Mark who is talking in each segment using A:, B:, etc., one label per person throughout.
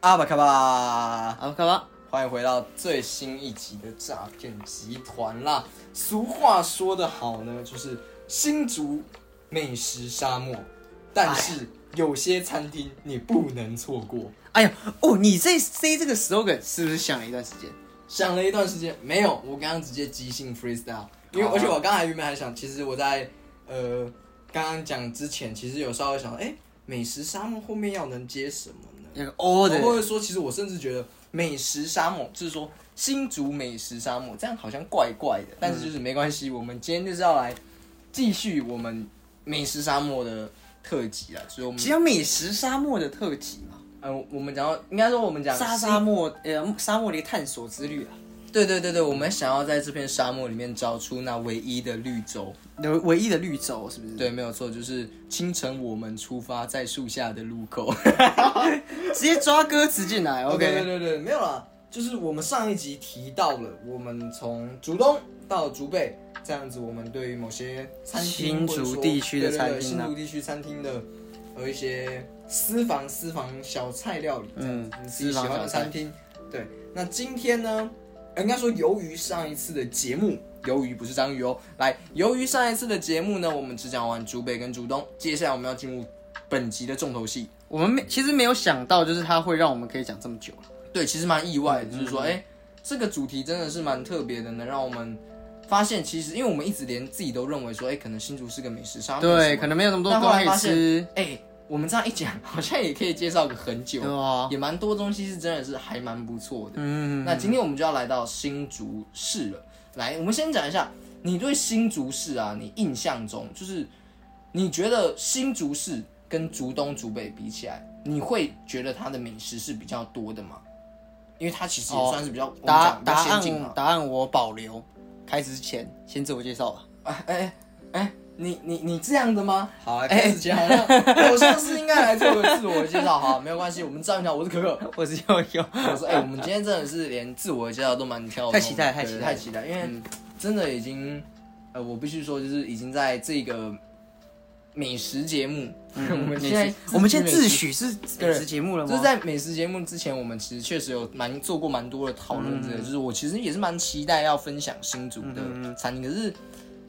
A: 阿巴卡巴，
B: 好，看吧。
A: 欢迎回到最新一集的诈骗集团啦。俗话说得好呢，就是新竹美食沙漠，但是有些餐厅你不能错过。
B: 哎呀，哦，你这 C 这个 slogan 是不是想了一段时间？
A: 想了一段时间，没有，我刚刚直接即兴 freestyle，因为、
B: 好啊
A: 而且我刚才原本还想，其实我在呃刚刚讲之前，其实有稍微想，哎，美食沙漠后面要能接什么呢？
B: 那个哦 O 的，
A: 我会说，其实我甚至觉得美食沙漠，就是说新竹美食沙漠，这样好像怪怪的，但是就是没关系，我们今天就是要来继续我们美食沙漠的特辑啊，所以我们
B: 只有美食沙漠的特辑嘛，
A: 嗯、呃，我们讲到应该说我们讲
B: 沙
A: 新
B: 沙漠呃沙漠的一个探索之旅啊，
A: 对对对对，我们想要在这片沙漠里面找出那唯一的绿洲。
B: 有唯一的绿洲是不是？，
A: 对，没有错，就是清晨我们出发，在树下的路口。
B: 直接抓鸽子进来
A: 哦对
B: ，OK。
A: 对对，没有啦，就是我们上一集提到了，我们从竹东到竹北这样子，我们对于某些餐
B: 新
A: 厅或者
B: 竹
A: 说
B: 地区的
A: 对对
B: 餐
A: 对
B: 厅
A: 新
B: 啊
A: 竹地区餐厅的有一些私房私房小菜料理，这样子、
B: 嗯
A: 你自己喜欢
B: 私房
A: 的
B: 小菜
A: 餐厅。对，那今天呢，呃应该说由于上一次的节目。鱿鱼不是章鱼哦，来，由于上一次的节目呢，我们只讲完竹北跟竹东，接下来我们要进入本集的重头戏，
B: 我们没其实没有想到，就是它会让我们可以讲这么久啊
A: 对，其实蛮意外的，
B: 嗯
A: 就是说，哎、这个主题真的是蛮特别的，能让我们发现，其实因为我们一直连自己都认为说，哎、可能新竹是个美食沙漠，
B: 对，可能没有那么多
A: 但后
B: 东西
A: 来
B: 可
A: 发
B: 以
A: 现
B: 吃，
A: 哎、我们这样一讲，好像也可以介绍个很久
B: 对，啊，
A: 也蛮多东西是真的是还蛮不错的。
B: 嗯，
A: 那今天我们就要来到新竹市了，来，我们先讲一下你对新竹市啊，你印象中就是你觉得新竹市跟竹东、竹北比起来，你会觉得它的美食是比较多的吗？因为它其实也算是比较、我们
B: 答
A: 讲比
B: 哦答
A: 较先进嘛
B: 案。答案我保留，开始之前先自我介绍吧。
A: 哎哎哎，你你你这样的吗？好啊，
B: 哎
A: 开始前好像、哎我上次应该来做个自我介绍，好，没有关系，我们这样讲，我是可可，
B: 我是悠悠，
A: 我说，哎、我们今天真的是连自我介绍都蛮跳动的，
B: 太期待太
A: 对
B: 期待嗯
A: 太期待，因为真的已经，呃，我必须说，就是已经在这个美食节目， 我们现在
B: 我们嗯现在自诩
A: 诩，
B: 是美食节目了吗？
A: 就是在美食节目之前，我们其实确实有蛮做过蛮多的讨论之
B: 嗯
A: 类的，就是我其实也是蛮期待要分享新竹的餐厅，可是。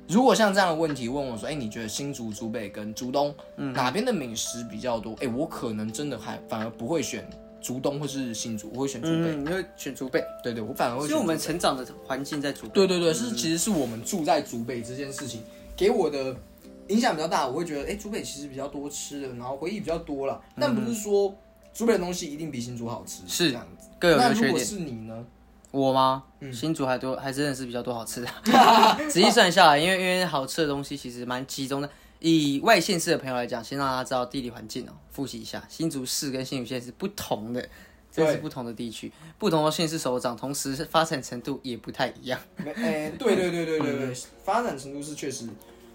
A: 如果像这样的问题问我说，哎、你觉得新竹、竹北跟竹东、
B: 嗯
A: 哪边的美食比较多？哎、我可能真的还反而不会选竹东或是新竹，我会选竹北。
B: 嗯，你会选竹北，
A: 对对，我反而会
B: 所以
A: 选
B: 我们成长的环境在竹北。
A: 对对对，是其实是我们住在竹北这件事情给我的影响比较大，我会觉得哎，诶竹北其实比较多吃的，然后回忆比较多了，但不是说竹北的东西一定比新竹好吃，
B: 嗯是
A: 这样子。
B: 各有
A: 那
B: 优
A: 如
B: 缺
A: 果
B: 点。
A: 是你呢？
B: 我吗？
A: 嗯
B: 新竹还多，还真的是比较多好 吃的。仔细算一下来，因为因为好吃的东西其实蛮集中的。以外县市的朋友来讲，先让他知道地理环境哦，复习一下，新竹市跟新竹县是不同的，这
A: 对
B: 是不同的地区，不同的县市首长，同时发展程度也不太一样。嗯
A: 没哎，对对对对对对，发展程度是确实。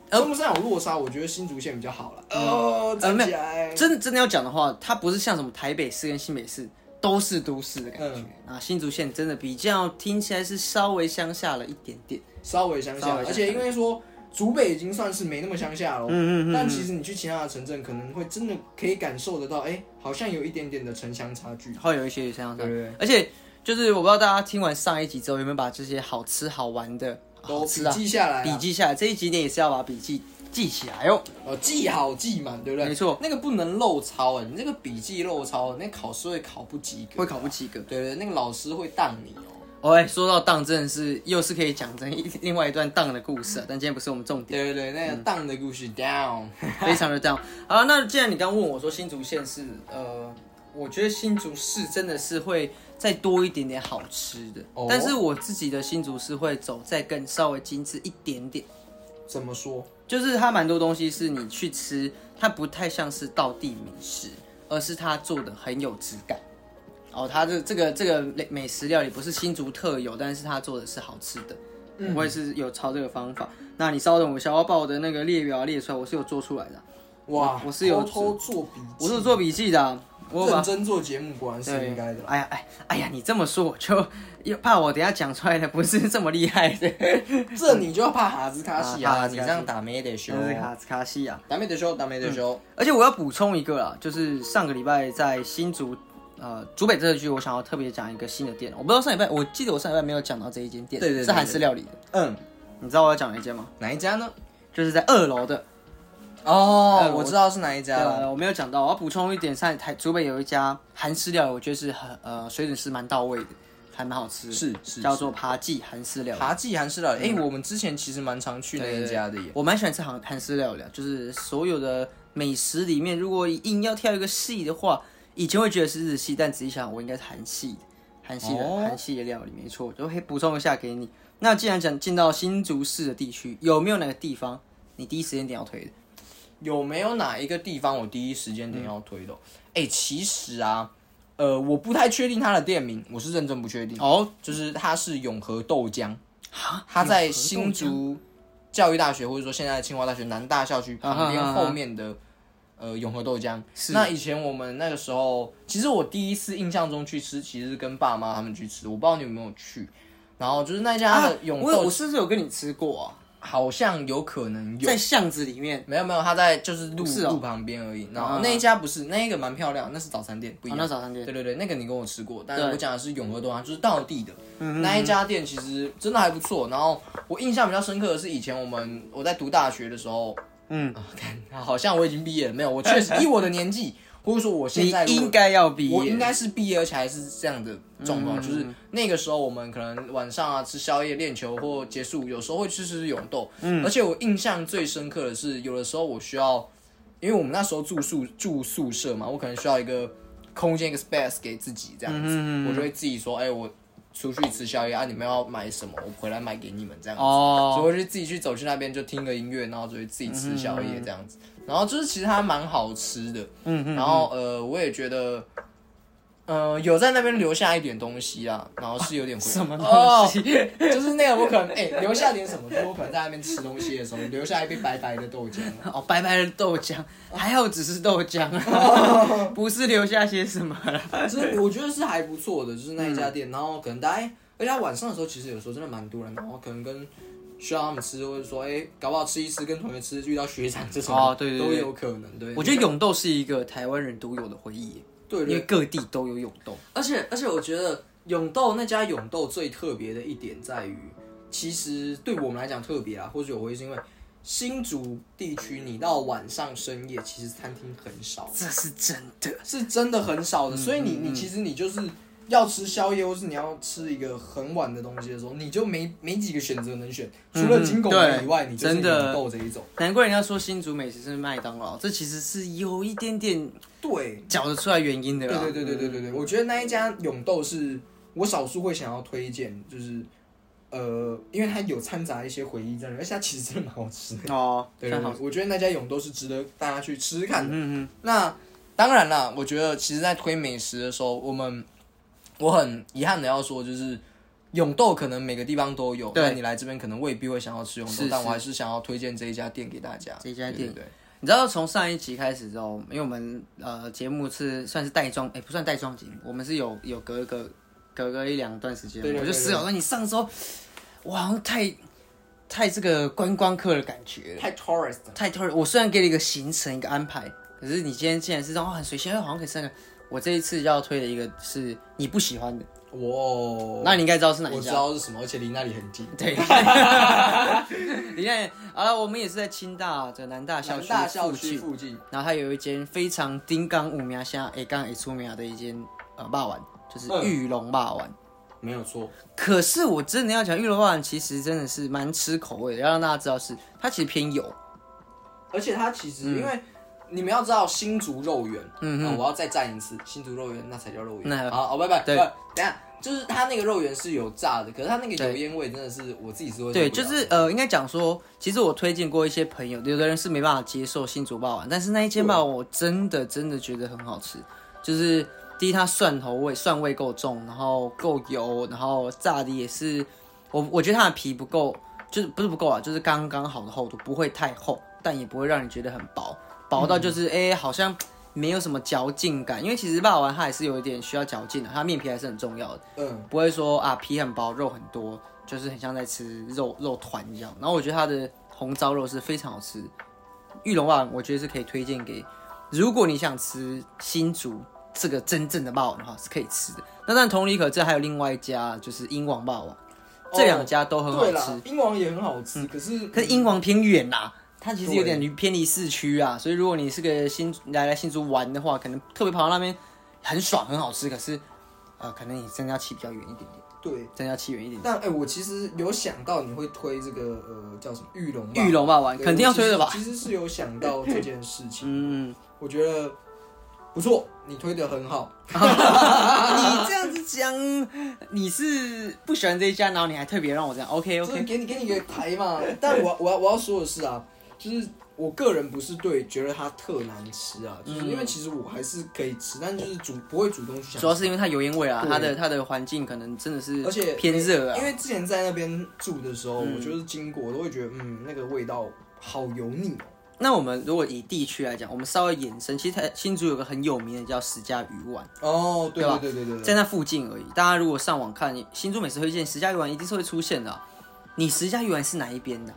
B: 呃
A: 中部山有落差，我觉得新竹县比较好了。哦，站起来，
B: 真真的要讲的话，它不是像什么台北市跟新北市都是都市的感觉、
A: 嗯
B: 啊，新竹县真的比较听起来是稍微乡下了一点点。
A: 稍微乡
B: 稍
A: 下，
B: 微乡下
A: 而且因为说竹北已经算是没那么乡下了，嗯嗯嗯但其实你去其他的城镇，可能会真的可以感受得到，哎、好像有一点点的城乡差距。
B: 会有一些像这
A: 对
B: 样，而且就是我不知道大家听完上一集之后有没有把这些好吃好玩的
A: 都
B: 好
A: 笔
B: 吃啊
A: 记下来、
B: 笔
A: 啊，
B: 记下来，这一集你也是要把笔记记起来哦。
A: 呃，记好记满，对不对？
B: 没错，
A: 那个不能漏抄哎、你这个笔记漏抄，那考试会考不及格，
B: 会考不及格。
A: 对对，那个老师会当你哦、
B: 哦，哎，说到当真的是又是可以讲成一另外一段当的故事啊，但今天不是我们重点。
A: 对对对，那
B: 嗯
A: 个当的故事 down，
B: 非常的 down。好，那既然你刚问我说新竹县是，呃，我觉得新竹市真的是会再多一点点好吃的，
A: 哦
B: 但是我自己的新竹市会走再更稍微精致一点点，
A: 怎么说？
B: 就是它蛮多东西是你去吃，它不太像是道地美食，而是它做的很有质感。哦，它这这个这个美美食料理不是新竹特有，但是它做的是好吃的。我也是有朝这个方法。那你稍等，我想要把我的那个列表列出来，我是有做出来的。
A: 哇，
B: 我是有
A: 偷偷做笔记，
B: 我是有做笔记的啊、我有把
A: 认真做节目，果然是应该的。
B: 哎呀哎哎呀，你这么说我就又怕我等一下讲出来的不是这么厉害 的。
A: 这你就要怕哈兹卡西
B: 啊
A: 啊，
B: 哈
A: 你
B: 兹
A: 这
B: 卡西
A: 样打没得修哦
B: 就，是卡斯卡西啊，
A: 打没得修，打没得修。
B: 而且我要补充一个啦，就是上个礼拜在新竹呃竹北这个区，我想要特别讲一个新的店。我不知道上礼拜，我记得我上礼拜没有讲到这一间店，
A: 对对对
B: 是韩式料理的。
A: 嗯，
B: 你知道我要讲哪一间吗？
A: 哪一家呢？
B: 就是在二楼的。
A: 哦
B: 嗯，
A: 我啊
B: 我
A: 知道是哪一家
B: 对
A: 了。
B: 吧？呃我没有讲到，我要补充一点，上台竹北有一家韩式料理，我觉得是很呃水准是蛮到位的，还蛮好吃的，
A: 是是
B: 叫做扒记韩式料理。
A: 茶记韩式料理，哎，我们之前其实蛮常去那一家的耶。
B: 我蛮喜欢吃韩韩式料理啊，就是所有的美食里面，如果硬要挑一个系的话，以前会觉得是日系，但仔细想，我应该是韩系，韩系的
A: 哦
B: 韩、系的料理，没错，就可以补充一下给你。那既然讲进到新竹市的地区，有没有哪个地方你第一时间点要推的？
A: 有没有哪一个地方我第一时间点要推的哦？哎，其实啊，呃，我不太确定它的店名，我是认真不确定。
B: 哦，
A: 就是它是永和豆浆，
B: 啊
A: 它在新竹教育大学或者说现在清华大学南大校区旁边
B: 啊哈啊哈
A: 后面的呃永和豆浆。
B: 是
A: 那以前我们那个时候，其实我第一次印象中去吃，其实是跟爸妈他们去吃，我不知道你有没有去。然后就是那家
B: 啊
A: 的，永
B: 我有
A: 豆，
B: 我是不是有跟你吃过啊？
A: 好像有可能有。
B: 在巷子里面，
A: 没有没有，它在就是路、
B: 是哦
A: 路旁边而已。然
B: 啊
A: 后那一家不是，那一个蛮漂亮，那是早餐店，不
B: 哦
A: 一样。
B: 那早餐店
A: 对对对，那个你跟我吃过，但是
B: 对嗯
A: 我讲的是永和豆浆，就是道地的那一家店，其实真的还不错。然后我印象比较深刻的是，以前我们我在读大学的时候，
B: 嗯
A: 啊，看好像我已经毕业了，没有，我 确实以我的年纪，或者说我现
B: 你
A: 在如果
B: 应该要毕
A: 我应
B: 业。嗯
A: 该是毕业，而且还是这样的状况，就是那个时候我们可能晚上啊吃宵夜、练球或结束，有时候会去吃永豆。嗯，而且我印象最深刻的是，有的时候我需要，因为我们那时候住宿住宿舍嘛，我可能需要一个空间一个 space 给自己这样子，
B: 嗯
A: 我就会自己说，哎、我出去吃宵夜啊，你们要买什么，我回来买给你们这样子。
B: 哦，
A: 所以我就自己去走去那边就听个音乐，然后就会自己吃宵夜
B: 嗯
A: 这样子。然后就是其实它蛮好吃的，嗯然后呃，我也觉得，呃，有在那边留下一点东西啊，然后是有点回
B: 什么东西？
A: 哦 就是那个我可能哎、留下点什么，就是我可能在那边吃东西的时候留下一杯白白的豆浆。
B: 哦，白白的豆浆，还好只是豆浆，
A: 哦
B: 不是留下些什么啦。
A: 就是我觉得是还不错的，就是那一
B: 嗯
A: 家店，然后可能大家，哎而且他晚上的时候其实有时候真的蛮多人，然后可能跟需要他们吃，或者说哎、搞不好吃一吃跟同学吃遇到学长这种，
B: 哦对对对
A: 都
B: 对
A: 有可能。对，
B: 我觉得永豆是一个台湾人独有的回忆，
A: 对
B: 因为各地都有永豆。
A: 而且而且我觉得永豆那家永豆最特别的一点在于，其实对我们来讲特别啊，或者有回忆是因为新竹地区你到晚上深夜，其实餐厅很少，
B: 这是真的，
A: 是真的很少的，所以你你其实你就是。要吃宵夜，或是你要吃一个很晚的东西的时候，你就没没几个选择能选，除了金拱门以外，
B: 对
A: 你就是
B: 真的
A: 永豆这一种。
B: 难怪人家说新竹美食是麦当劳，这其实是有一点点
A: 对，
B: 讲得出来原因的啦。
A: 对对对对对对对，我觉得那一家永豆是我少数会想要推荐，就是呃，因为它有掺杂一些回忆在里面，而且它其实真的蛮好吃的。
B: 对，哦，
A: 对
B: 算
A: 对
B: 好
A: 对，我觉得那家永豆是值得大家去吃吃看的。
B: 嗯嗯
A: 那当然啦，我觉得其实，在推美食的时候，我们我很遗憾的要说，就是永豆可能每个地方都有，
B: 对
A: 但你来这边可能未必会想要吃永豆
B: 是，
A: 但我还是想要推荐这一家店给大家。
B: 这一家
A: 对对对
B: 嗯，你知道从上一集开始之后，因为我们呃节目是算是带妆，哎、不算带妆节目，我们是有有隔一个隔个一两段时间，
A: 对对
B: 我
A: 对
B: 就
A: 对
B: 思考说你上周我好像太太这个观光客的感觉了。
A: 太 tourist 了。
B: 太突然。我虽然给了一个行程一个安排，可是你今天竟然是让我很随性，哎好像可以上个。我这一次要推的一个是你不喜欢的，
A: 哇，
B: 那你哦应该知道是哪一
A: 我知
B: 家。
A: 道是什么，而且离那里很近。
B: 对，你看，好了，我们也是在清大这个南大校
A: 南
B: 区
A: 大校
B: 附
A: 区
B: 近，
A: 附近，
B: 然后它有一间非常丁刚五名虾，哎刚也出名的一间呃霸丸，就是
A: 嗯
B: 玉龙霸丸。
A: 没有错。
B: 可是我真的要讲玉龙霸丸，其实真的是蛮吃口味的，要让大家知道是它其实偏油，
A: 而且它其实因为你们要知道新竹肉圆，
B: 嗯
A: 嗯，我要再蘸一次新竹肉圆，那才叫肉圆。
B: 那
A: 好，好，拜拜。
B: 对
A: 拜拜，等一下就是它那个肉圆是有炸的，可是它那个油
B: 对
A: 烟味真的是我自己是会
B: 对，
A: 受不
B: 就
A: 了的
B: 是呃，应该讲说，其实我推荐过一些朋友，有的人是没办法接受新竹霸王，但是那一间霸王我真的真的觉得很好吃，就是第一它蒜头味蒜味够重，然后够油，然后炸的也是，我我觉得它的皮不够，就是不是不够啊，就是刚刚好的厚度，不会太厚，但也不会让你觉得很薄，薄到就是哎、诶好像没有什么嚼劲感，因为其实霸王它还是有一点需要嚼劲的，它面皮还是很重要的。
A: 嗯，
B: 不会说啊皮很薄肉很多，就是很像在吃肉肉团一样。然后我觉得它的红烧肉是非常好吃，玉龙丸我觉得是可以推荐给，如果你想吃新竹这个真正的霸王的话是可以吃的。那但同理可证，还有另外一家就是英王霸王，这两家都很好
A: 哦对
B: 吃嗯
A: 啦，，英王也很好吃，可是
B: 可是英王偏远啦。它其实有点离偏离市区啊，所以如果你是个新来来新竹玩的话，可能特别跑到那边很爽很好吃，可是呃，可能你真的要骑比较远一点点，
A: 对，
B: 真的要骑远一点点。
A: 但哎、我其实有想到你会推这个呃叫什么玉龙吧
B: 玉龙霸王
A: 对
B: 肯定要
A: 我其实
B: 推的吧
A: 其实是有想到这件事情，
B: 嗯，
A: 我觉得不错，你推的很好。
B: 你这样子讲，你是不喜欢这一家，然后你还特别让我这样，OK
A: 就是
B: OK，
A: 给你给你一个牌嘛。 但我我要我要说的是啊，就是我个人不是对觉得它特难吃啊，就是因为其实我还是可以吃，但就是主不会主动去想。
B: 嗯主要是因为它油烟味啊，
A: 对
B: 它的它的环境可能真的是，
A: 而且
B: 偏热啊嗯
A: 因，为之前在那边住的时候，我就是经过，我都会觉得嗯，那个味道好油腻哦。
B: 那我们如果以地区来讲，我们稍微延伸，其实台新竹有个很有名的叫石家鱼丸，
A: 哦，对
B: 对吧
A: 对对对对，
B: 在那附近而已。大家如果上网看新竹美食推荐，石家鱼丸一定是会出现的啊、你石家鱼丸是哪一边的？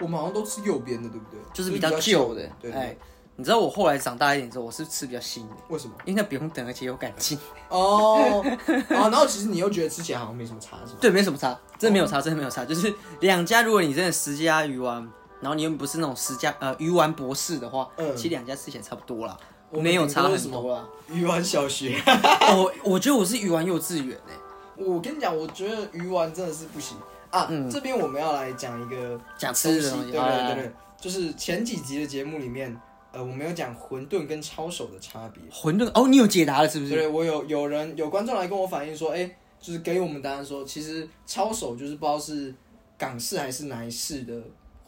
A: 我们好像都吃右边的，对不对？
B: 就是
A: 比
B: 比较旧的。
A: 对
B: 哎
A: 对。
B: 你知道我后来长大一点之后，我是吃比较新的，
A: 为什么？
B: 因为那不用等，而且有感情。
A: 哦， 啊，然后其实你又觉得吃起来好像没什么差，是吗？
B: 对，没什么差，真的
A: 哦
B: 没有差，真的没有差。就是两家，如果你真的十家鱼丸，然后你又不是那种十家呃鱼丸博士的话，
A: 嗯
B: 其实两家吃起来差不多啦，
A: 我们
B: 没有
A: 顶
B: 差
A: 多是
B: 很
A: 什么啊
B: 多啦。
A: 鱼丸小学。
B: 哦，我觉得我是鱼丸幼稚园欸诶、
A: 我跟你讲，我觉得鱼丸真的是不行啊。这边我们要来讲一个
B: 嗯讲
A: 东
B: 吃
A: 西，
B: 的东
A: 对
B: 西
A: 对
B: 好来
A: 对
B: 来
A: 对，就是前几集的节目里面，呃，我们有讲馄饨跟抄手的差别。
B: 馄饨哦，你有解答了是不是？
A: 对，我有有人有观众来跟我反映说，哎、就是给我们答案说，其实抄手就是不知道是港式还是哪一式的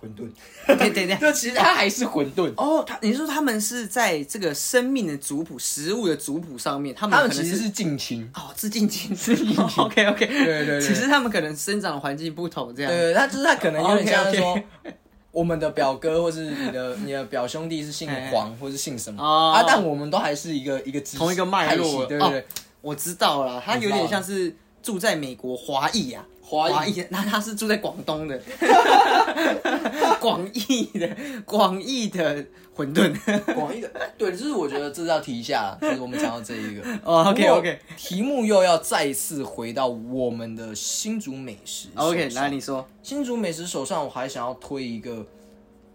A: 馄饨，
B: 对对 对。
A: 这其实它还是馄饨。
B: 哦，他你是说他们是在这个生命的族谱、食物的族谱上面，他们
A: 他
B: 可
A: 们
B: 能
A: 其实
B: 是
A: 是近亲，
B: 哦，致敬亲，致敬 亲。OK OK，对
A: 对对
B: 只是他们可能生长的环境不同，这样。
A: 对，他就是他可能有点像是
B: 哦
A: 说
B: OK，OK，
A: 我们的表哥或是你的你的表兄弟是姓黄或是姓什么
B: 哦
A: 啊，但我们都还是一个一个支
B: 同一个脉络哦
A: 派系对不对？
B: 我知道了，他有点像是住在美国华裔啊，
A: 华裔
B: 裔， 那他是住在广东的， 广义的广义的馄饨。
A: 广义的，对，就是我觉得这是要提一下，就是我们讲到这一个
B: 哦，OK，OK
A: 不过题目又要再次回到我们的新竹美食手上
B: OK，来你说，
A: 新竹美食手上，我还想要推一个，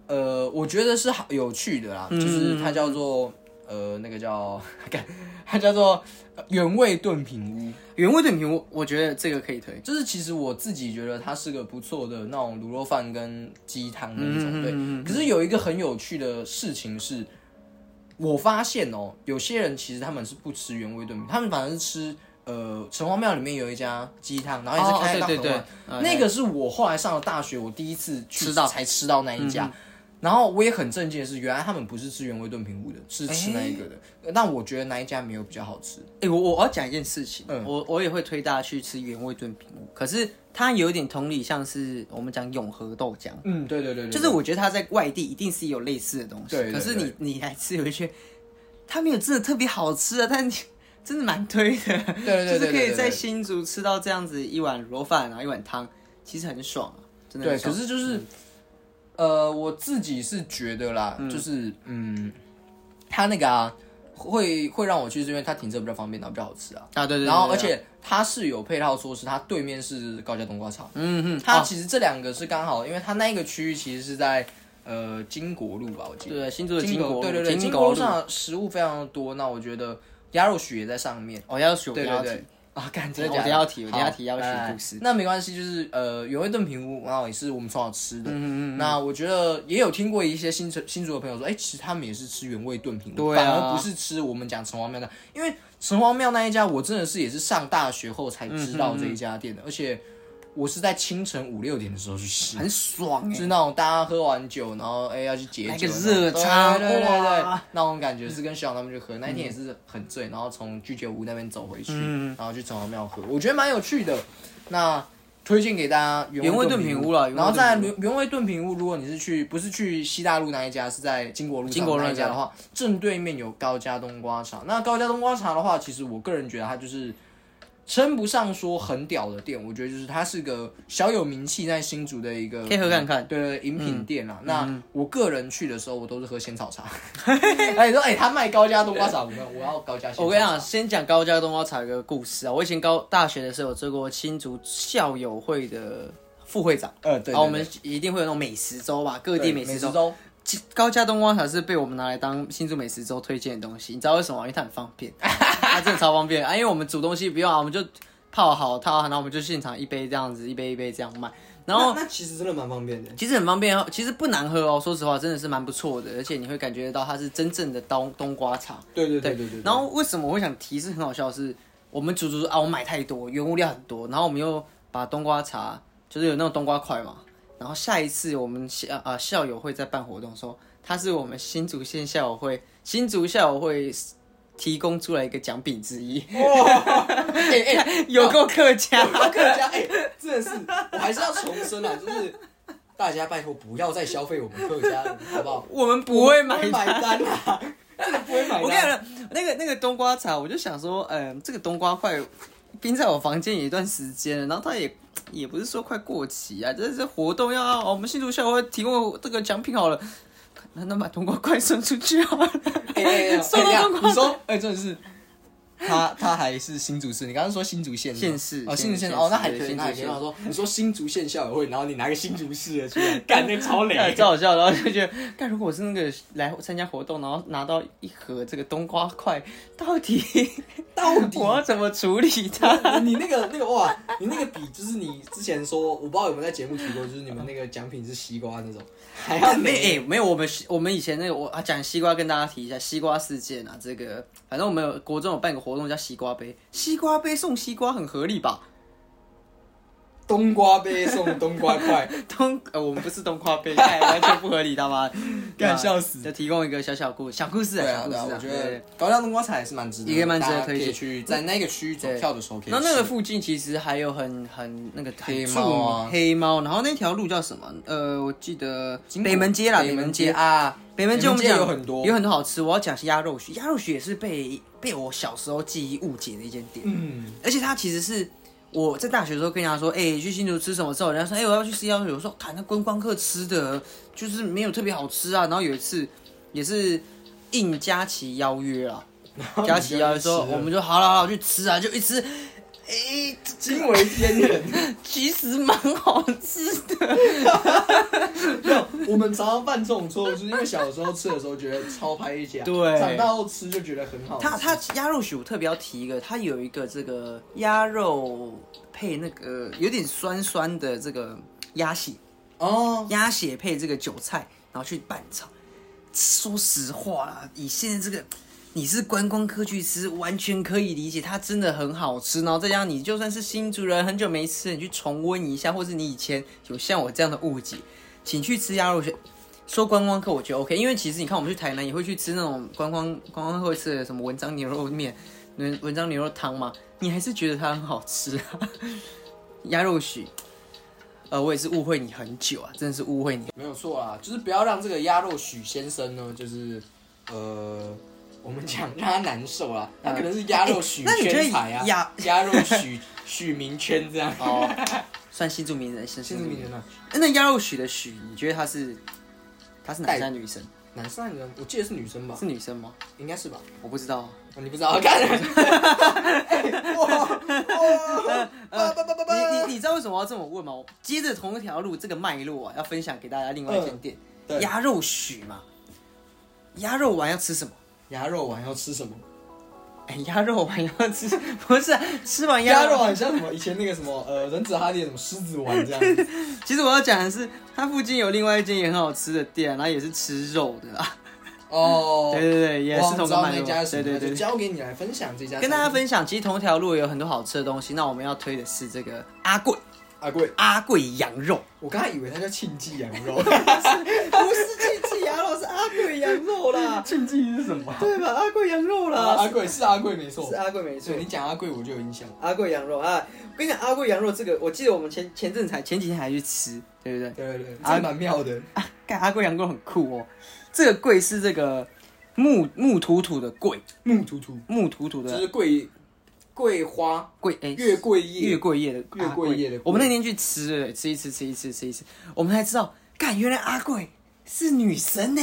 A: 呃，我觉得是好有趣的
B: 嗯
A: 啦，就是它叫做呃那个叫， 干它叫做呃原味炖品屋。
B: 原味炖品，我我觉得这个可以推。
A: 就是其实我自己觉得它是个不错的那种卤肉饭跟鸡汤的那种，
B: 嗯
A: 对。可是有一个很有趣的事情是，我发现哦，有些人其实他们是不吃原味炖品，他们反而是吃呃城隍庙里面有一家鸡汤，然后也是开到
B: 哦
A: 啊
B: 对
A: 很晚。
B: 对对嗯
A: 那个是我后来上了大学，我第一次去
B: 吃到
A: 才吃到那一家。然后我也很震惊的是，原来他们不是吃原味炖品屋的，是吃那一个的。但我觉得那一家没有比较好吃。
B: 哎、我我要讲一件事情，
A: 嗯
B: 我我也会推大家去吃原味炖品屋，可是它有点同理，像是我们讲永和豆浆。
A: 嗯，对对对对
B: 就是我觉得他在外地一定是有类似的东西，
A: 对对
B: 可是你你来吃，有一些他没有真的特别好吃啊，但你真的蛮推的，
A: 对对 对对
B: 就是可
A: 对
B: 以
A: 对
B: 在
A: 对
B: 新竹吃到这样子一碗卤肉饭，然后一碗汤，其实很爽啊，真的
A: 对，
B: 很嗯
A: 可
B: 爽。
A: 是就是，呃，我自己是觉得啦，就是嗯，他那个啊，会会让我去，是因为他停车比较方便，然后比较好吃啊。
B: 啊，对对对
A: 然后，
B: 对
A: 而
B: 对
A: 且它是有配套措施，它对面是高架冬瓜厂，
B: 嗯哼，
A: 它
B: 他
A: 其实这两个是刚好，因为它那一个区域其实是在呃金国路吧，我记得。
B: 对新竹的
A: 金
B: 金
A: 国
B: 国
A: 对对对，
B: 金
A: 金
B: 国
A: 国
B: 路
A: 路上的食物非常的多，那我觉得鸭肉许也在上面。
B: 哦要选
A: 对
B: 要
A: 对
B: 提
A: 对，啊，感
B: 我
A: 觉
B: 等一下要提我等一下提要
A: 要
B: 提故
A: 事。哎那没关系，就是呃，原味炖品屋，然后也是我们从小吃的。
B: 嗯
A: 那我觉得也有听过一些新城新竹的朋友说，哎、其实他们也是吃原味炖品屋，
B: 对啊
A: 反而不是吃我们讲城隍庙那，因为城隍庙那一家，我真的是也是上大学后才知
B: 嗯
A: 道这一家店的，而且我是在清晨五六点的时候去吃。
B: 很爽哎、
A: 就是那种大家喝完酒，然后哎、要去解
B: 来
A: 酒
B: 个
A: 那种，
B: 热茶
A: 对对对对对
B: 哇
A: 那种感觉是跟小杨他们去喝。那一天也是很醉，然后从居酒屋那边走回去，
B: 嗯
A: 然后去城隍庙喝，我觉得蛮有趣的。那推荐给大家
B: 原味
A: 炖
B: 炖品
A: 屋
B: 屋啦原味
A: 然后在
B: 炖
A: 原原味炖品屋，如果你是去不是去西大路那一家，是在金国路上
B: 金国路
A: 那
B: 那
A: 一家的话，正对面有高家冬瓜茶。那高家冬瓜茶的话，其实我个人觉得它就是称不上说很屌的店，我觉得就是它是个小有名气在新竹的一个，
B: 可以喝看看嗯
A: 对对对饮品店啊。那我个人去的时候，我都是喝仙草茶。 哎，你说哎，他卖高价冬瓜茶，我们我要高价仙草茶。
B: 我跟你讲，先讲高家冬瓜茶有个故事啊。我以前高大学的时候有做过新竹校友会的副会长，
A: 呃，对，
B: 然后我
A: 对
B: 们一定会有那种美食周吧，各
A: 对
B: 地
A: 美
B: 美食周。
A: 粥，
B: 其高家冬瓜茶是被我们拿来当新竹美食周推荐的东西，你知道为什么吗？因为它很方便， 它真的超方便啊！因为我们煮东西不用啊，我们就泡好套好，然后我们就现场一杯这样子，一杯一杯这样卖，然后。
C: 那那其实真的蛮方便的。
B: 其实很方便哦，其实不难喝哦。说实话，真的是蛮不错的，而且你会感觉到它是真正的冬冬瓜茶。
C: 对对对对对。
B: 然后为什么我会想提是很好笑的是，我们煮煮煮啊，我买太多原物料很多，然后我们又把冬瓜茶就是有那种冬瓜块嘛，然后下一次我们校啊、校友会在办活动的时候，它是我们新竹县校友会新竹校友会提供出来一个奖品之一，
A: 哎 哎，
B: 有够客家。
A: 客家哎，
C: 真 的是，我还是要重申啊，就是大家拜托不要再消费我们客家人，好不好？
B: 我们不会买
C: 不买单啊，真的不会买
B: 我跟
A: 啊
B: 你
C: 单。
B: 讲，那个那个冬瓜茶，我就想说，嗯、这个冬瓜块冰在我房间有一段时间了，然后它也也不是说快过期啊，这这活动要哦我们新竹校友会提供这个奖品好了，那那把冬瓜块送出去好了。
A: 哎哎哎，
B: 送到
A: 哎
B: 中国
A: 你说，哎，真的是，他他还是新竹市，你刚刚说新竹县是吗
B: 县市
A: 哦，新竹县
B: 县
A: 哦，那
B: 市
A: 还
B: 对
A: 可以，
B: 新
A: 那
B: 竹
A: 还可以。
B: 县
A: 我说，
C: 你说新竹县校友会，然后你拿个新竹市的出来，干那超雷。
B: 超好笑，然后就觉得，看如果我是那个来参加活动，然后拿到一盒这个冬瓜块，到底
C: 到底
B: 我要怎么处理它？
C: 你那个那个哇，你那个比就是你之前说，我不知道有没有在节目提过，就是你们那个奖品是西瓜那种，还要
B: 没
C: 美。
B: 哎、没有，我们我们以前那个我啊讲西瓜跟大家提一下西瓜事件啊，这个反正我们有国中有办一个活动叫西瓜杯，西瓜杯送西瓜很合理吧？
C: 冬瓜杯送冬瓜块，
B: 冬呃我们不是冬瓜杯，哎完全不合理，他妈
A: 干笑死
B: 就提供一个小小故小故事
A: 对
B: 啊，小
A: 啊
B: 故
A: 对
B: 事
A: 啊，我觉得
B: 对
A: 高粱冬瓜茶也是蛮值得，
B: 也蛮值得
A: 大家可
B: 推
A: 以
B: 荐
A: 去在那个区域走
B: 对
A: 跳的时候可以吃。
B: 然后那个附近其实还有很很那个
A: 黑
B: 很
A: 猫
B: 著名
A: 啊
B: 黑猫，然后那条路叫什么？呃，我记得
A: 金
B: 北
A: 浦
B: 门街啦，
A: 北
B: 北
A: 门
B: 门
A: 街
B: 街
A: 啊，
B: 北门街我们
A: 北
B: 讲
A: 门街有很多
B: 有很多好吃。我要讲鸭肉许，鸭肉许也是被被我小时候记忆误解的一间店。
C: 嗯，
B: 而且它其实是我在大学的时候跟人家说，哎、去新竹吃什么之后，人家说，哎、我要去吃鸭肉，我说，谈那观光客吃的，就是没有特别好吃啊。然后有一次也是应佳琪邀约 啦，佳琪邀约说，我们就好了好了去吃啊，就一吃，哎、
C: 惊为天 人。
B: 其实蛮好吃的。
C: 我们常常犯这种错误，就是因为小时候吃的时候觉得超拍一下，
B: 对
C: 长大后吃就觉得很好吃。
B: 它它鸭肉许我特别要提一个，它有一个这个鸭肉配那个有点酸酸的这个鸭血。
A: 哦，
B: 鸭血配这个韭菜，然后去拌炒。说实话啦，以现在这个你是观光客去吃，完全可以理解，它真的很好吃。然后再加上你就算是新竹人，很久没吃，你去重温一下，或是你以前有像我这样的误解，请去吃鸭肉卷。说观光客，我觉得 OK，因为其实你看，我们去台南也会去吃那种观光观光客会吃的什么文章牛肉面、文文章牛肉汤嘛，你还是觉得它很好吃啊。鸭肉许，呃，我也是误会你很久啊，真的是误会你。
A: 没有错啦，就是不要让这个鸭肉许先生呢，就是呃，我们讲让他难受啦，他可能是鸭肉许
B: 哎那你觉得
A: 圈才啊，
B: 鸭
A: 鸭肉许许名圈这样。
B: 哦，算新住名人，新新
A: 现在
B: 住
A: 名
B: 名人。
A: 人呢？
B: 哎那鸭肉许的许，你觉得他是他是男生还是女生？
A: 男生还是女生？我记得是女生吧
B: 是，女生吗？
A: 应该是吧？
B: 我不知 道啊。
A: 哦你不知道？看，哎哇哇，叭叭叭叭叭
B: 呃你你你知道为什么要这么问吗？我接着同一条路这个脉络啊，要分享给大家另外一间
A: 嗯
B: 店，
C: 对
B: 鸭肉许嘛。鸭肉丸要吃什么？
C: 鸭肉丸要吃什么？
B: 哎，鸭肉丸要吃， 不是啊吃完
C: 鸭
B: 鸭
C: 肉
B: 肉。
C: 丸像什么？以前那个什么呃，忍者哈利的什么狮子丸这样子。
B: 其实我要讲的是，它附近有另外一间也很好吃的店，然后也是吃肉的啦。
A: 哦，
B: 对对对，也
A: 我
B: 是
A: 好像
B: 同
A: 知
B: 个
A: 道
B: 脉
A: 那
B: 络。
A: 家是什
B: 对
A: 么
B: 对对
A: 那就，交给你来分享这家。
B: 跟大家分享，其实同一条路有很多好吃的东西。那我们要推的是这个阿贵
C: 阿贵，
B: 阿贵羊肉，
C: 我刚才以为它叫庆记啊羊肉，
B: 不是去吃羊肉，是阿贵羊肉啦，
C: 庆记是什么？
B: 对吧？哦阿贵羊肉
C: 啊 阿
B: 啦，
C: 贵是阿贵没错
B: 是，阿贵没错
C: 对。你讲阿贵我就有印象。
B: 阿贵羊肉啊，我跟你讲，阿贵羊肉这个，我记得我们前前阵才前几天还去吃，对不对？
C: 对对对，
B: 阿
C: 这蛮妙的。
B: 啊，干阿贵羊肉很酷哦，这个贵是这个木木土土的贵，
C: 木突突
B: 木土土
A: 就
B: 的
A: 是贵桂花
B: 桂哎
A: 月桂叶
B: 月桂叶的
A: 月
B: 阿
A: 桂叶的桂
B: 我们那天去吃，对不对吃一吃，吃一吃，吃一吃，我们才知道，干，原来阿贵是女神呢、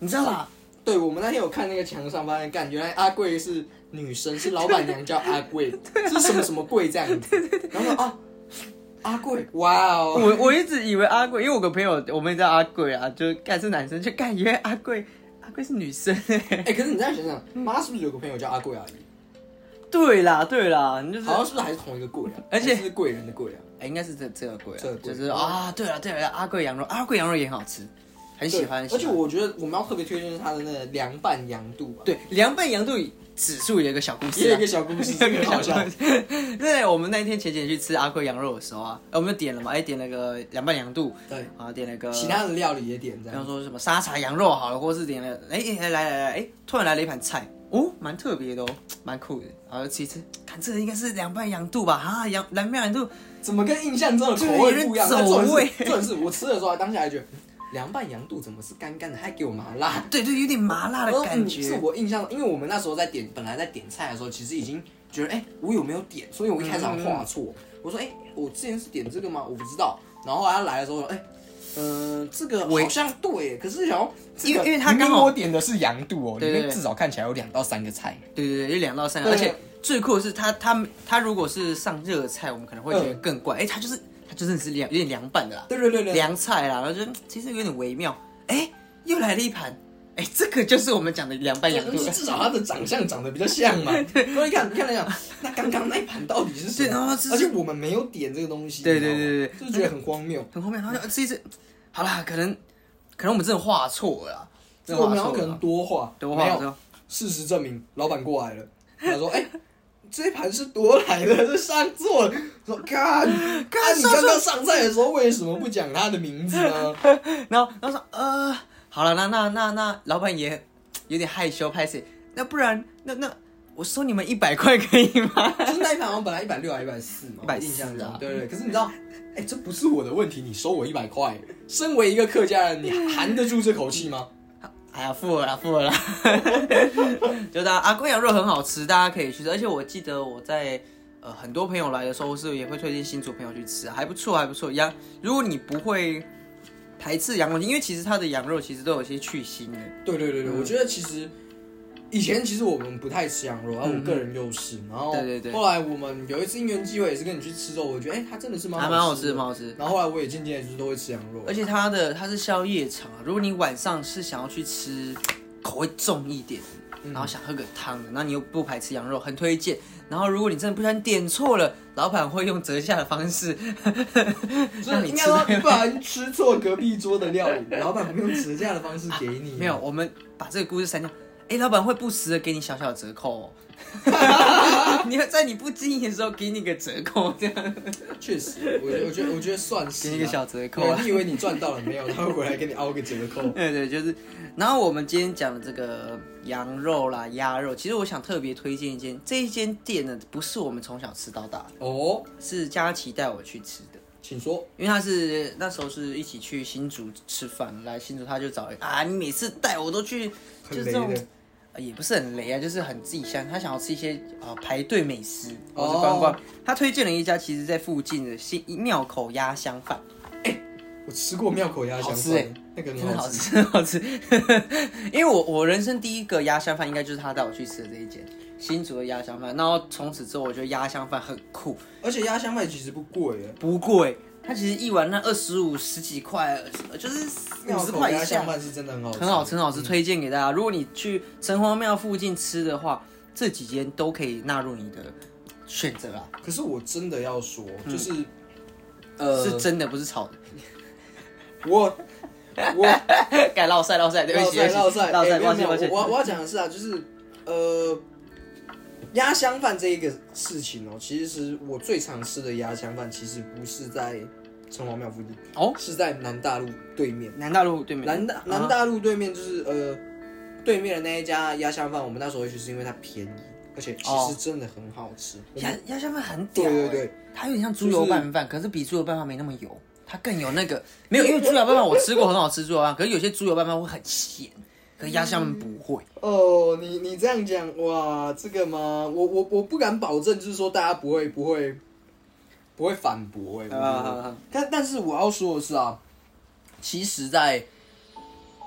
B: 你知道
A: 啊
B: 吧？
A: 对，我们那天有看那个墙上，发现干，原来阿贵是女生，是老板娘叫阿贵，是什么什么贵这 样子。然后说啊，阿贵，哇哦，
B: 我我一直以为阿贵，因为我有个朋友，我们也叫阿贵啊，就是干是男生，就干原来阿贵，阿贵是女生哎、
A: 哎、可是你这样想想，
B: 嗯
A: 妈是不是有个朋友叫阿贵阿姨？
B: 对啦对啦，你就是
A: 好像是不是还是同一个贵啊？
B: 而且
A: 还是贵人的贵啊？
B: 哎、应该是这这个贵啊
A: 这个，
B: 就
A: 贵嗯
B: 是啊，对了对了，阿贵羊肉，阿贵羊肉也很好吃，很喜欢。很喜
A: 对而
B: 欢
A: 且我觉得我们要特别推荐它的那个凉拌羊肚吧，
B: 对凉拌羊肚指数有一个小故
A: 也
B: 事、
A: 有
B: 啊
A: 一个，小故 事，这个很好笑。
B: 对，我们那一天前前去吃阿贵羊肉的时候啊，呃我们就点了嘛，哎、点了个凉拌羊肚，
A: 对，
B: 啊，点了个
A: 其他的料理也点这
B: 比方
A: 样。
B: 说什么沙茶羊肉好了，或是点了，哎、哎来来来来，哎、突然来了一盘菜，哦，蛮特别的哦，蛮酷的，然后吃一吃，看这应该是凉拌羊肚吧，啊，羊凉拌羊肚，
A: 怎么跟印象中的口味不一样？
B: 就是有点
A: 那重点是
B: 走味
A: 重点是我吃的时候啊，当下还觉得凉拌羊肚怎么是干干的，还给我麻辣
B: 对对，有点麻啊辣的
A: 我
B: 感
A: 嗯、是
B: 觉，
A: 我印象，因为我们那时候在点，本来在点菜的时候，其实已经觉得，哎、我有没有点？所以我一开始好像画错，我说，哎、我之前是点这个吗？我不知道。然后后来他来的时候，哎、嗯、这个
B: 我
A: 好像对，可是想要、这
B: 因
A: 个
B: 为因为他
D: 明
B: 刚
D: 明
B: 好
D: 我点的是羊肚哦，里
B: 对对
D: 面至少看起来有两到三个菜。
B: 对对对，有两到三个，
A: 对
B: 而且最酷的是他他他如果是上热菜，我们可能会觉得
A: 嗯
B: 更怪，哎、他就是他就真的是凉有点凉拌的啦，
A: 对对对对，
B: 凉菜啦，然后就其实有点微妙，哎、又来了一盘，哎、这个就是我们讲的凉拌羊肚
A: 对。至少他的长相长得比较像嘛。所以看，你看来讲，那刚刚那一盘到底是什
B: 对然后
A: 么
B: 这？是
A: 而且我们没有点这个东西，
B: 对对
A: 你知道
B: 对
A: 吗
B: 对对
A: 就是觉得很荒谬。
B: 很后面，然后就吃一吃，好啦，可能可能我们真的画错了啦，真的
A: 我
B: 画
A: 们要
B: 错
A: 可
B: 了
A: 能
B: 啦，
A: 多话，
B: 对，我画
A: 没有
B: 错了，
A: 事实证明，老板过来了，他说：“哎、这一盘是多来的，这上座了。”说：“ 看，看你刚刚上菜的时候为什么不讲他的名 字呢
B: 然后然后说呃，好了，那那那那老板也有点害羞，拍谁？那不然那那我收你们一百块可以吗？？”
A: 就是那一盘好像本来一百六还啊一百四嘛，
B: 140
A: 我印象
B: 啊
A: 中，对对对。可是你知道，哎、这不是我的问题，你收我一百块，身为一个客家人，你含得住这口气吗？
B: 哎呀，付了啦，付了啦。 就大家啊，贵阳肉很好吃，大家可以去吃。而且我记得我在呃很多朋友来的时候，是也会推荐新竹朋友去吃，啊还不错，还不错。羊，如果你不会排斥羊肉，因为其实它的羊肉其实都有一些去腥的。
A: 对对对
B: 嗯
A: 对，我觉得其实以前其实我们不太吃羊肉，然后我个人又是，然后
B: 嗯对对对
A: 后来我们有一次因缘机会也是跟你去吃肉，我觉得哎、它真的是蛮
B: 还蛮好吃，
A: 的
B: 蛮好吃。
A: 然后后来我也渐渐就是都会吃羊肉，
B: 而且它的它是宵夜场啊，如果你晚上是想要去吃口味重一点，然后想喝个汤的，那你又不排斥羊肉，很推荐。然后如果你真的不小心点错了，老板会用折价的方式
A: 所
B: 让
A: 以
B: 你
A: 应
B: 吃
A: 该说
B: 到。
A: 不然吃错隔壁桌的料 理，老板不用折价的方式给你。
B: 没有，，我们把这个故事删掉。哎，老板会不时的给你小小的折扣、哦， 你要在你不经意的时候给你个折扣，这样
A: 确实，我觉得我觉得我觉得算是
B: 给
A: 啊
B: 你个小折扣、
A: 对
B: 啊。
A: 你以为你赚到了没有？他会回来给你凹个折 扣。
B: 对对，就是。然后我们今天讲的这个羊肉啦、鸭肉，其实我想特别推荐一间，这一间店呢，不是我们从小吃到大，
A: 哦，
B: 是佳琪带我去吃的。
A: 请说。
B: 因为他是那时候是一起去新竹吃饭，来新竹他就找啊，你每次带我都去，就
A: 很
B: 是这
A: 雷
B: 种
A: 的，
B: 呃也不是很雷啊，就是很自己想，他想要吃一些啊、呃排队美食或者
A: 哦
B: 观光。他推荐了一家，其实在附近的新庙口鸭香饭，
A: 我吃过庙口鸭香
B: 好吃欸
A: 饭，那个
B: 真的
A: 很
B: 好
A: 好吃。
B: 吃，很好吃。 因为我我人生第一个鸭香饭，应该就是他带我去吃的这一间新竹的鸭香饭。然后从此之后，我觉得鸭香饭很酷，
A: 而且鸭香饭其实不贵欸耶，
B: 不贵。它其实一碗那二十五十几块，呃就是
A: 庙
B: 五十
A: 口
B: 块以
A: 鸭香
B: 下，
A: 饭嗯是真的很好吃，
B: 很好吃，很好吃，推荐给大家。如果你去城隍庙附近吃的话，这几间都可以纳入你的选择啊啦。
A: 可是我真的要说，就是，
B: 嗯
A: 呃，
B: 是真的，不是炒的。
A: 我我
B: 改绕赛，绕赛，对不起，对不起
A: 绕赛
B: 绕
A: 绕
B: 赛，
A: 赛，
B: 抱
A: 没
B: 歉，
A: 有
B: 抱
A: 没有
B: 歉。
A: 我我我要讲的是啊，就是呃，鸭香饭这一个事情哦，其实我最常吃的鸭香饭其实不是在城隍庙附近
B: 哦，
A: 是在南大路对面。
B: 南大路对面，啊
A: 南大南大路对面就是呃，对面的那一家鸭香饭，我们那时候会去是因为它便宜，而且其
B: 哦
A: 实真的很好吃。我
B: 鸭
A: 们
B: 鸭香饭很屌、
A: 对
B: 欸，
A: 对对，
B: 它有点像猪油拌饭，可是比猪油拌饭没那么油， 它更有那个没有，因为猪油拌饭我吃过很好吃，猪油拌饭，可是有些猪油拌饭会很咸，可鸭香面不会。
A: 哦，你你这样讲哇，这个吗？我我我不敢保证，就是说大家不会不会不会反驳哎、
B: 啊啊啊
A: 但但是我要说的是啊，其实在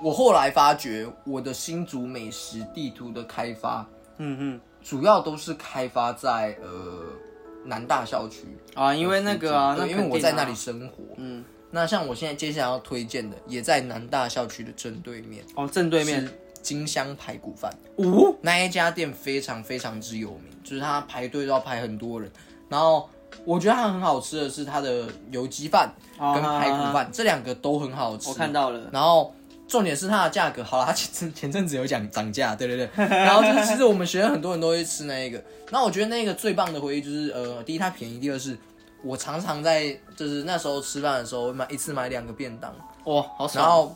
A: 我后来发觉，我的新竹美食地图的开发，
B: 嗯
A: 主要都是开发在呃南大校区呃
B: 嗯，啊，因为那个啊，那
A: 对因为
B: 肯定啊
A: 我在那里，生活。
B: 嗯，
A: 那像我现在接下来要推荐的，也在南大校区的正对面，
B: 哦，正对面
A: 是，金香排骨饭。
B: 哦，
A: 那一家店非常非常之有名，就是它排队都要排很多人。然后我觉得它很好吃的是它的油鸡饭
B: 啊
A: 跟排骨饭、这两个都很好吃。
B: 我看到了，
A: 然后重点是它的价格，好了，它前阵 前阵子有讲涨价，对对对。 然后就是其实我们学生很多人都会吃那一个。然后我觉得那个最棒的回忆就是，呃，第一它便宜，第二是我常常在就是那时候吃饭的时候会买一次买两个便当，
B: 哇，好爽，
A: 然后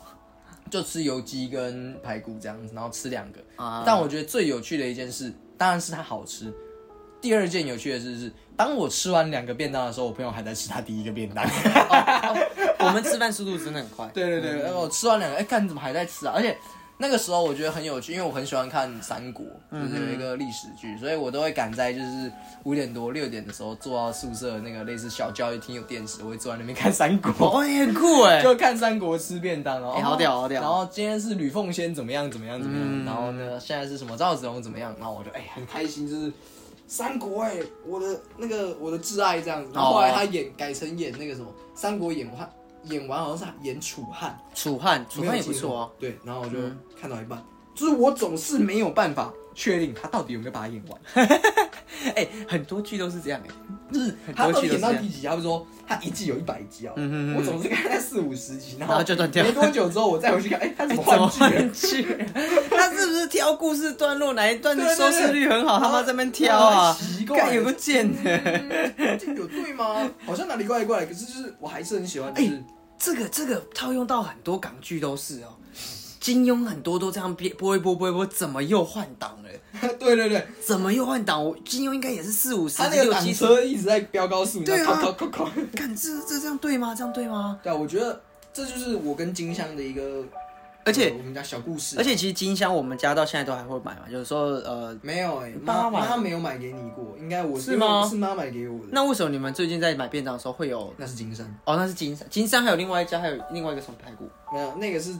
A: 就吃油鸡跟排骨这样子，然后吃两个。
B: 啊，
A: 但我觉得最有趣的一件事，当然是它好吃。第二件有趣的事是，当我吃完两个便当的时候，我朋友还在吃他第一个便当。
B: 哦 我们吃饭速度真的很快，
A: 对对对，然后我吃完两个，哎、看你怎么还在吃啊？而且那个时候我觉得很有趣，因为我很喜欢看三国，就是有一个历史剧，所以我都会赶在就是五点多六点的时候坐到宿舍那个类似小教育厅有电视，我会坐在那边看三国。
B: 哦，也很酷哎，
A: 就看三国吃便当，然后、
B: 哎好屌好屌
A: 然后今天是吕奉先怎么样怎么样怎么样，
B: 嗯
A: 然后呢现在是什么赵子龙怎么样，然后我就哎、很开心，就是三国哎、我的那个我的挚爱这
B: 哦
A: 样子。然后后来他演、改成演那个什么三国演完演完好像是演楚汉，
B: 楚汉，楚汉也不
A: 没有记
B: 错
A: 错
B: 哦，。
A: 对，然后我就看到一半，就是我总是没有办法确定他到底有没有把它演完。
B: 哎，很多剧都是这样哎，
A: 就是他到底演到第几集？他们说他一季有一百集啊，
B: 啊嗯嗯嗯
A: 我总是看他四五十集，然
B: 然
A: 后
B: 后就断掉
A: 没多久之后，我再回去看，哎，他怎么
B: 怎么
A: 换剧
B: 换
A: 了？
B: 剧？他是不是挑故事段落哪一段
A: 对对
B: 收
A: 对
B: 视率很好？他妈这边挑啊，
A: 很奇怪
B: 干有个贱的。
A: 嗯这有对吗？好像哪里怪怪的，可是就是我还是很喜欢，
B: 哎
A: 就是
B: 这个这个套用到很多港剧都是哦，金庸很多都这样编播一播播一播，怎么又换档了？
A: 对对对，
B: 怎么又换档？我金庸应该也是四五十
A: 他、那个
B: 六
A: 挡
B: 七十，
A: 车一直在飙高速，
B: 对啊
A: 然后扣扣扣扣
B: 看这这这样对吗？这样对吗？
A: 对啊，我觉得这就是我跟金香的一个，
B: 而且
A: 呃我们家小故事，
B: 而且其实金香我们家到现在都还会买嘛，有时候呃，
A: 没有哎、
B: 爸
A: 妈
B: 买
A: 妈没有买给你过，应该我
B: 是吗
A: 因为是妈买给我的，
B: 那为什么你们最近在买便当的时候会有？
A: 那是金山，
B: 哦，那是金山，金山还有另外一家，还有另外一个什么排骨？
A: 没有那个是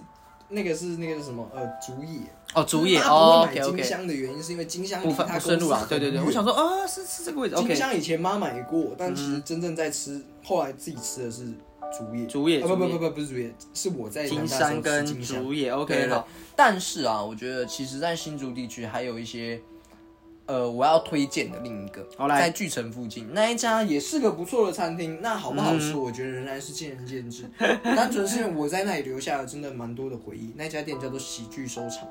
A: 那个是那个是什么呃竹叶。
B: 哦，竹叶
A: 嗯他
B: 哦
A: 不
B: ，OK
A: 会买金
B: OK，
A: 香的原因是因为金香
B: 不
A: 离
B: 分不
A: 他
B: 顺路啦，对对对，我想
A: 说。
B: 说啊，是是这个位置
A: 金
B: ，OK，
A: 香以前妈买过，但其实真正在吃，后来自己吃的是嗯竹叶。
B: 竹叶
A: 啊不不
B: 竹叶
A: 不不不是竹叶，是我在
B: 金
A: 南大的时
B: 山
A: 候吃
B: 跟
A: 金香
B: 竹叶
A: 对
B: ，OK，
A: 对
B: 好，
E: 但是啊，我觉得其实，在新竹地区还有一些，呃，我要推荐的另一个，
B: 好来
E: 在巨城附近那一家
A: 那也是个不错的餐厅。那好不好吃，我觉得仍然是见仁见 智。单纯是因为我在那里留下了真的蛮多的回忆。那家店叫做喜剧收场，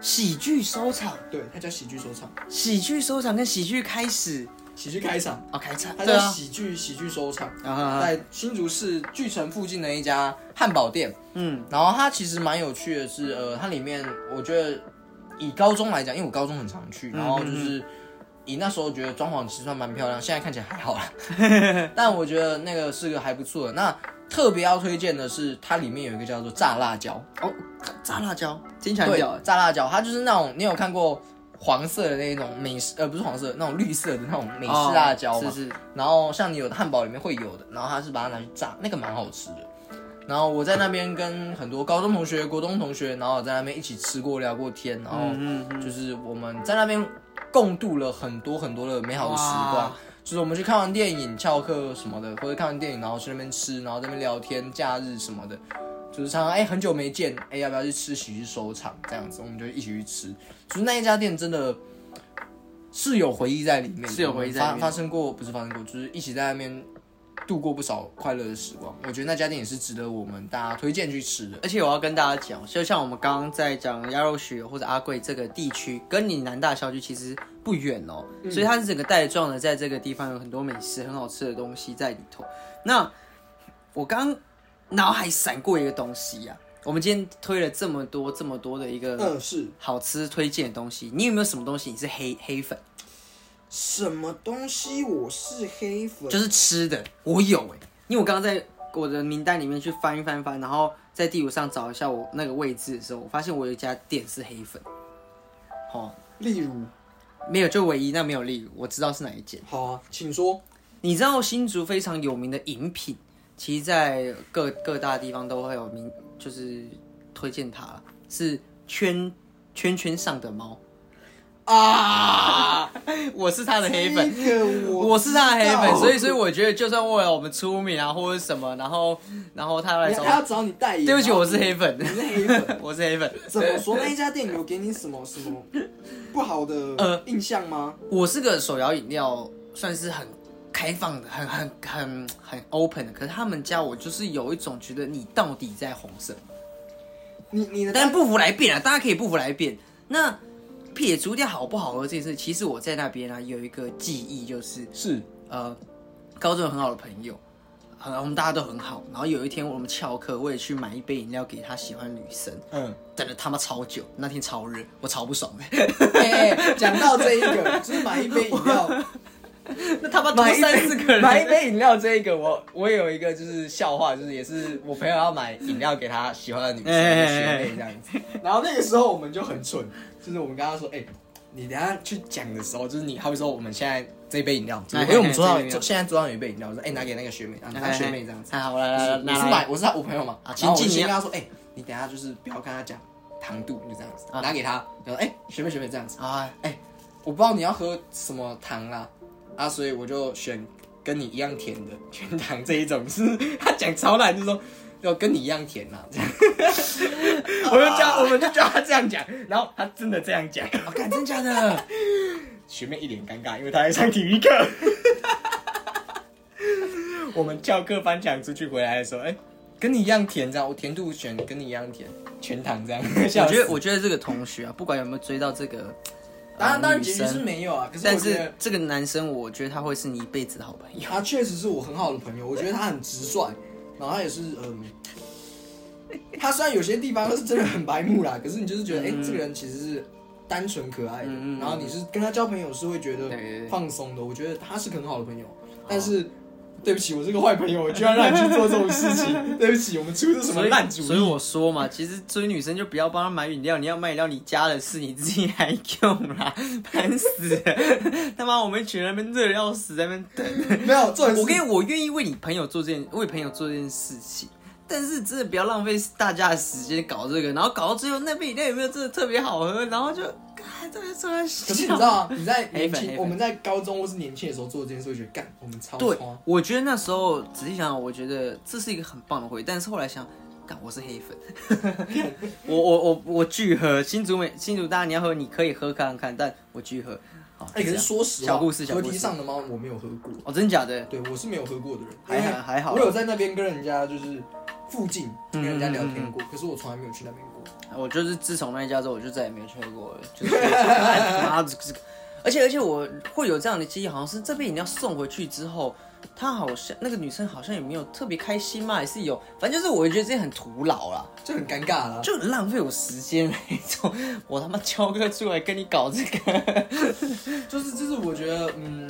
B: 喜剧收场，
A: 对，它叫喜剧收场，
B: 喜剧收场跟喜剧开始，
A: 喜剧开场，
B: 哦，开场，
A: 它
B: 对
A: 叫
B: 啊，
A: 喜剧喜剧收场，
B: 啊，
A: 在新竹市巨城附近的一家汉堡店。
B: 嗯，
E: 然后它其实蛮有趣的是，呃，它里面我觉得以高中来讲，因为我高中很常去，然后
B: 嗯
E: 就是以那时候觉得装潢其实算蛮漂亮，现在看起来还好啦。 但我觉得那个是个还不错的。那特别要推荐的是，它里面有一个叫做炸辣椒，
B: 哦，炸辣椒，金强
E: 对
B: 角，，
E: 炸辣椒，它就是那种你有看过黄色的那种美式，呃，不是黄色，那种绿色的那种美式
B: 哦
E: 辣椒嘛。
B: 是是，
E: 然后像你有的汉堡里面会有的，然后他是把它拿去炸，那个蛮好吃的。然后我在那边跟很多高中同学、国中同学，然后我在那边一起吃过、聊过天，然后
B: 嗯嗯，
E: 就是我们在那边共度了很多很多的美好的时光
B: 哇。
E: 就是我们去看完电影、翘课什么的，或者看完电影然后去那边吃，然后在那边聊天，假日什么的，就是常常哎、很久没见，哎、要不要去吃喜剧收场这样子，我们就一起去吃。就是那一家店真的是有回忆在里面，
B: 是有回忆在里面
E: 我们发发生过不是发生过，就是一起在那边度过不少快乐的时光。我觉得那家店也是值得我们大家推荐去吃的。
B: 而且我要跟大家讲，就像我们刚刚在讲鸭肉许或者阿贵这个地区，跟你南大校区其实不远哦，所以它是整个带状的，在这个地方有很多美食，很好吃的东西在里头。那我刚脑海闪过一个东西呀、我们今天推了这么多这么多的一个
A: 嗯，是
B: 好吃推荐的东西，你有没有什么东西你是黑黑粉？
A: 什么东西？我是黑
B: 欸
A: 粉，
B: 就是吃的，我有哎、因为我刚刚在我的名单里面去翻一翻翻，然后在地图上找一下我那个位置的时候，我发现我有一家店是黑粉，哦，
A: 例如，
B: 没有就唯一那没有例如，我知道是哪一间。
A: 好啊，请说。
B: 你知道新竹非常有名的饮品，其实在各各大地方都会有名，就是推荐它啦是圈圈圈上的猫啊，我是它的黑粉。
A: 个
B: 我是他的黑
A: 知
B: 粉，
A: 道
B: 所以所以我觉得，就算为了我们出名啊，或者什么，然后然后他来
A: 你
B: 找
A: 他
B: 我，
A: 要找你代 言。
B: 对不起，
A: 然后
B: 我是黑粉
A: 你，是黑 粉。
B: 我是黑粉，
A: 怎么说？那一家店有给你什么什么不好的
B: 呃
A: 印象吗？
B: 我是个手摇饮料，算是很开放的，很很很很 open 的。可是他们家我就是有一种觉得你到底在红什么，
A: 你你的
B: 但不服来辩啊，大家可以不服来辩。那撇除掉好不好喝这件事，其实我在那边啊有一个记忆，就是
C: 是
B: 呃，高中有很好的朋友，呃，我们大家都很好。然后有一天我们翘课，我也去买一杯饮料给他喜欢的女生，
C: 嗯，
B: 等了他妈超久，那天超热，我超不爽的。
A: 哎哎讲到这一个，就是买一杯饮料，
B: 那他妈多三四个人，
C: 买一 杯饮料这一个，我我也有一个就是笑话，就是也是我朋友要买饮料给他喜欢的女生
B: 哎
C: 的学妹这样子，然后那个时候我们就很蠢，就是我们跟他说，哎、你等一下去讲的时候，就是你好比说我们现在这一杯饮料，就是
B: 哎
C: 因为我们
B: 哎
C: 桌上
B: 这一杯饮料
C: 有现在桌上有一杯饮料，我说哎、拿给那个学妹，然后他
B: 哎
C: 学妹这样子，
B: 哎好，来
C: 就
B: 来来
C: 是我
B: 来，
C: 是买我是他我朋友嘛，
B: 啊
C: 然后我
B: 亲
C: 就
B: 近
C: 先
B: 你
C: 跟他
B: 啊
C: 说，哎、你等一下就是不要跟他讲糖度，你就这样子
B: 啊
C: 拿给他，然后哎、学妹学妹这样子。
B: 啊，
C: 我不知道你要喝什么糖啦，啊，所以我就选跟你一样甜的 全糖这一种，是他讲超烂，就说要跟你一样甜啦，这样， 我就叫我们就叫他这样讲，然后他真的这样讲，
A: 哦
B: 我看真 假的，
C: 学妹一脸尴尬，因为她在上体育课。 我们翘课翻墙出去回来的时候，哎、跟你一样甜，这样我甜度选跟你一样甜，全糖这样。 我
B: 我觉得我觉得这个同学啊，不管有没有追到这个，呃
A: 当然当然结
B: 女
A: 局
B: 生
A: 是没有啊，可是我
B: 但
A: 觉
B: 是
A: 得
B: 这个男生，我觉得他会是你一辈子的好朋友。
A: 他确实是我很好的朋友，我觉得他很直率，然后他也是嗯。他虽然有些地方是真的很白目啦，可是你就是觉得，哎、这个人其实是单纯可爱的，
B: 嗯嗯嗯
A: 然后你是跟他交朋友是会觉
B: 对对哦
A: 得
B: 对
A: 放松的。我觉得他是个很好的朋友，但是对不起，我是个坏朋友，我居然让你去做这种 事情，对不起，我们出的什么
B: 所以
A: 烂主意？
B: 所以我说嘛，其实追女生就不要帮她买饮料，你要买饮料，你家的事你自己来用啦， 烦死了！他妈，我们一群人在那边热得要死，在那边等。
A: 没有，重点是
B: 我跟你我愿意为你朋友做这件，为朋友做这件事情。但是真的不要浪费大家的时间搞这个，然后搞到最后那杯饮料有没有真的特别好喝，然后就，哎，这边说，
A: 可是你知道啊，你在年
B: 黑粉黑
A: 轻，
B: 粉
A: 我们在高中或是年轻的时候做这件事，会觉得干，我们超
B: 对
A: 超，
B: 我觉得那时候仔细想想，我觉得这是一个很棒的回忆。但是后来想，干我是黑 粉，我我我我拒喝新竹美新竹大家你要喝你可以喝看看，但我拒喝。好，
A: 哎、可
B: 这
A: 是
B: 样
A: 说实
B: 啊
A: 话，
B: 小故事小
A: 河
B: 故事
A: 堤上的猫我没有喝过，
B: 哦，真假的？
A: 对我是没有喝过的人，
B: 还好
A: 因为
B: 还好
A: 我有在那边跟人家就是附近跟人家聊
B: 嗯嗯
A: 天
B: 嗯
A: 过，可是我从来没有去那边过。
B: 我就是自从那一家之后，我就再也没有去喝过了。就是 哎妈这个，而且而且我会有这样的记忆，好像是这杯饮料送回去之后，她好像那个女生好像也没有特别开心嘛，也是有，反正就是我觉得这很徒劳啦。
A: 就很尴尬啦。
B: 就很浪费我时间 那种。我他妈翘课出来跟你搞这个，
A: 就是就是我觉得嗯，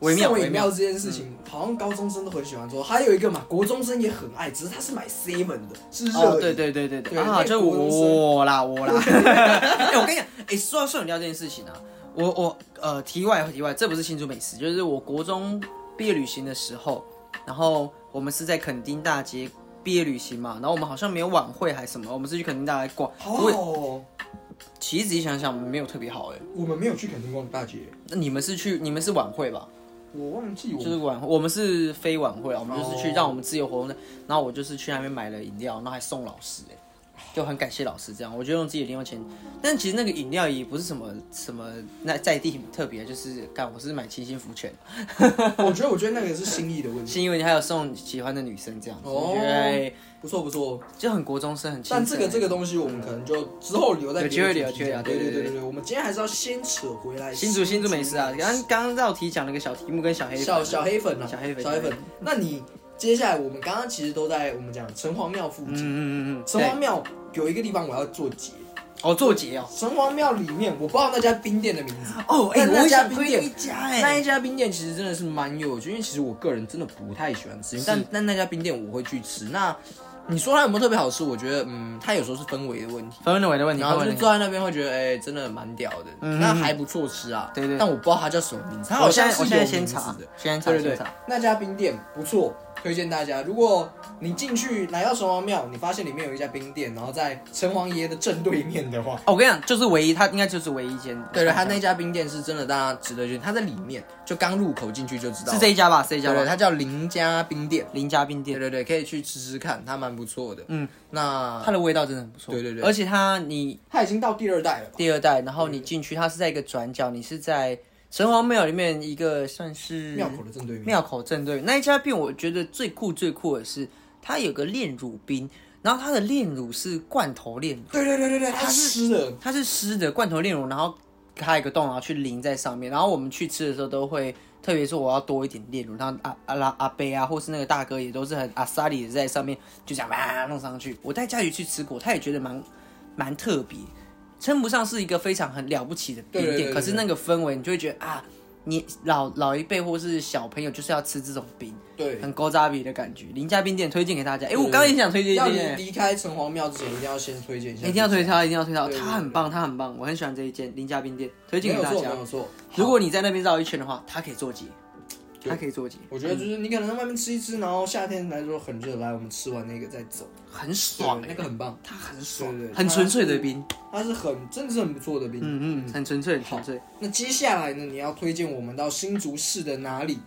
B: 微妙嗯
A: 送
B: 微
A: 饮料
B: 妙
A: 这件事情，好像高中生都很喜欢做。还有一个嘛，国中生也很爱，只是他是买 seven 的，是热饮、
B: 哦，对对对对对，
A: 对
B: 啊，
A: 那
B: 就
A: 国中生
B: 我啦我 啦。哎、我跟你讲，哎、说到送饮料这件事情啊，我我呃，题外题外，这不是新竹美食，就是我国中毕业旅行的时候，然后我们是在垦丁大街毕业旅行嘛，然后我们好像没有晚会还是什么，我们是去垦丁大街逛。
A: 好
B: 我
A: 好
B: 也
A: 哦。
B: 其实仔细想想，没有特别好哎、
A: 我们没有去垦丁逛大街，
B: 那你们是去你们是晚会吧？
A: 我忘记我
B: 就是晚，我们是非晚会啊，我们就是去
A: 哦
B: 让我们自由活动的。然后我就是去那边买了饮料，然后还送老师、
A: 哦
B: 欸，就很感谢老师这样。我就用自己的零用钱，但其实那个饮料也不是什么什么那在地很特别，就是干我是买清新福泉，
A: 嗯我觉得我觉得那个是心意的 问题。
B: 是因为你还有送喜欢的女生这样子，
A: 哦
B: 我觉得哎
A: 不错不错，
B: 就很国中生很青
A: 但
B: 春、
A: 这个这个东西，我们可能就之后留在
B: 有
A: 别的
B: 机会
A: 主题
B: 聊
A: 讲
B: 有机会聊对
A: 对
B: 对
A: 对对
B: 对
A: 对对，我们今天还是要先扯回来
B: 新竹新竹美食啊，刚刚刚绕题讲了个小题目跟小黑粉
A: 嗯小小黑粉啊，
B: 小黑粉
A: 小黑粉。那你接下来我们刚刚其实都在我们讲城隍庙附
B: 嗯
A: 近，
B: 嗯嗯嗯，
A: 城隍
B: 对，
A: 庙有一个地方我要做结，
B: 哦做结哦，
A: 城隍庙里面我不知道那家冰店的名字，
B: 哦
A: 哎我也
B: 我想
A: 想推
B: 推
A: 荐
B: 荐一家哎、
C: 那一家冰店其实真的是蛮有趣，因为其实我个人真的不太喜欢吃，但但那家冰店我会去吃。那
A: 你说它有没有特别好吃？我觉得，嗯，它有时候是氛围的问题。
B: 氛围的问题，
A: 然后
B: 氛围
A: 就
B: 的问题
A: 坐在那嗯边会觉得，哎、真的蛮屌的，那还不错吃啊。
B: 对对
A: 但我不知道它叫什么名字，它好
B: 我现
A: 像
B: 在
A: 是
B: 我现在
A: 有
B: 先
A: 名字
B: 查
A: 的。，
B: 先查
A: 对对
B: 先
A: 对
B: 查。，
A: 那家冰店不错，推荐大家。如果你进去来到城隍庙，你发现里面有一家冰店，然后在城隍爷的正对面的话，
B: 哦我跟你讲，就是唯一，它应该就是唯一一间。
A: 对了，他那家冰店是真的大家值得去，它在里面，就刚入口进去就知道了。
B: 是这一家吧？是这一
A: 对
B: 家
A: 对，
B: 吧？
A: 它叫林家冰店。
B: 林家冰
A: 对
B: 店，
A: 对对，可以去吃吃看，它蛮不错的。
B: 嗯，
A: 那
B: 它的味道真的很不错。
A: 对对对
B: 而且它你
A: 它已经到第二代了吧？
B: 第二代，然后你进去，它是在一个转角，你是在城隍庙里面一个算是
A: 庙口的正对面。
B: 庙口正对面那一家店，我觉得最酷最酷的是它有个炼乳冰，然后它的炼乳是罐头炼乳，
A: 对对对对对，它是湿的。
B: 它是湿的罐头炼乳，然后开一个洞，然后去淋在上面。然后我们去吃的时候都会，特别是我要多一点炼乳，然后阿阿拉阿贝啊，或是那个大哥也都是很啊阿萨里的在上面就这样啊弄上去。我带佳瑜去吃过，他也觉得蛮蛮特别，称不上是一个非常很了不起的冰
A: 对对对
B: 店，
A: 对
B: 可是那个氛围你就会觉得啊，你老老一辈或是小朋友就是要吃这种冰，
A: 对，
B: 很勾扎比的感觉。林家冰店推荐给大家，哎、我刚刚也想推荐
A: 要
B: 一
A: 你
B: 店。
A: 离开城隍庙之前，一定要先推荐一下。
B: 一定要推它，一定要推它，
A: 对对
B: 它很棒，它很棒，我很喜欢这一间林家冰店，推
A: 没
B: 荐
A: 有
B: 给大
A: 错，
B: 家
A: 没。有错。
B: 如果你在那边绕一圈的话，它可以做结，
A: 对
B: 它可以做结，
A: 我觉得就是你可能在外面吃一吃，然后夏天来说很热，来我们吃完那个再走，
B: 很爽
A: 对
B: 哎
A: 那，个很棒，
B: 它很爽
A: 对对，对
B: 很纯粹的冰，
A: 它是很真的是很不错的冰。
B: 嗯嗯，很纯粹，很纯粹。
A: 那接下来呢，你要推荐我们到新竹市的哪里？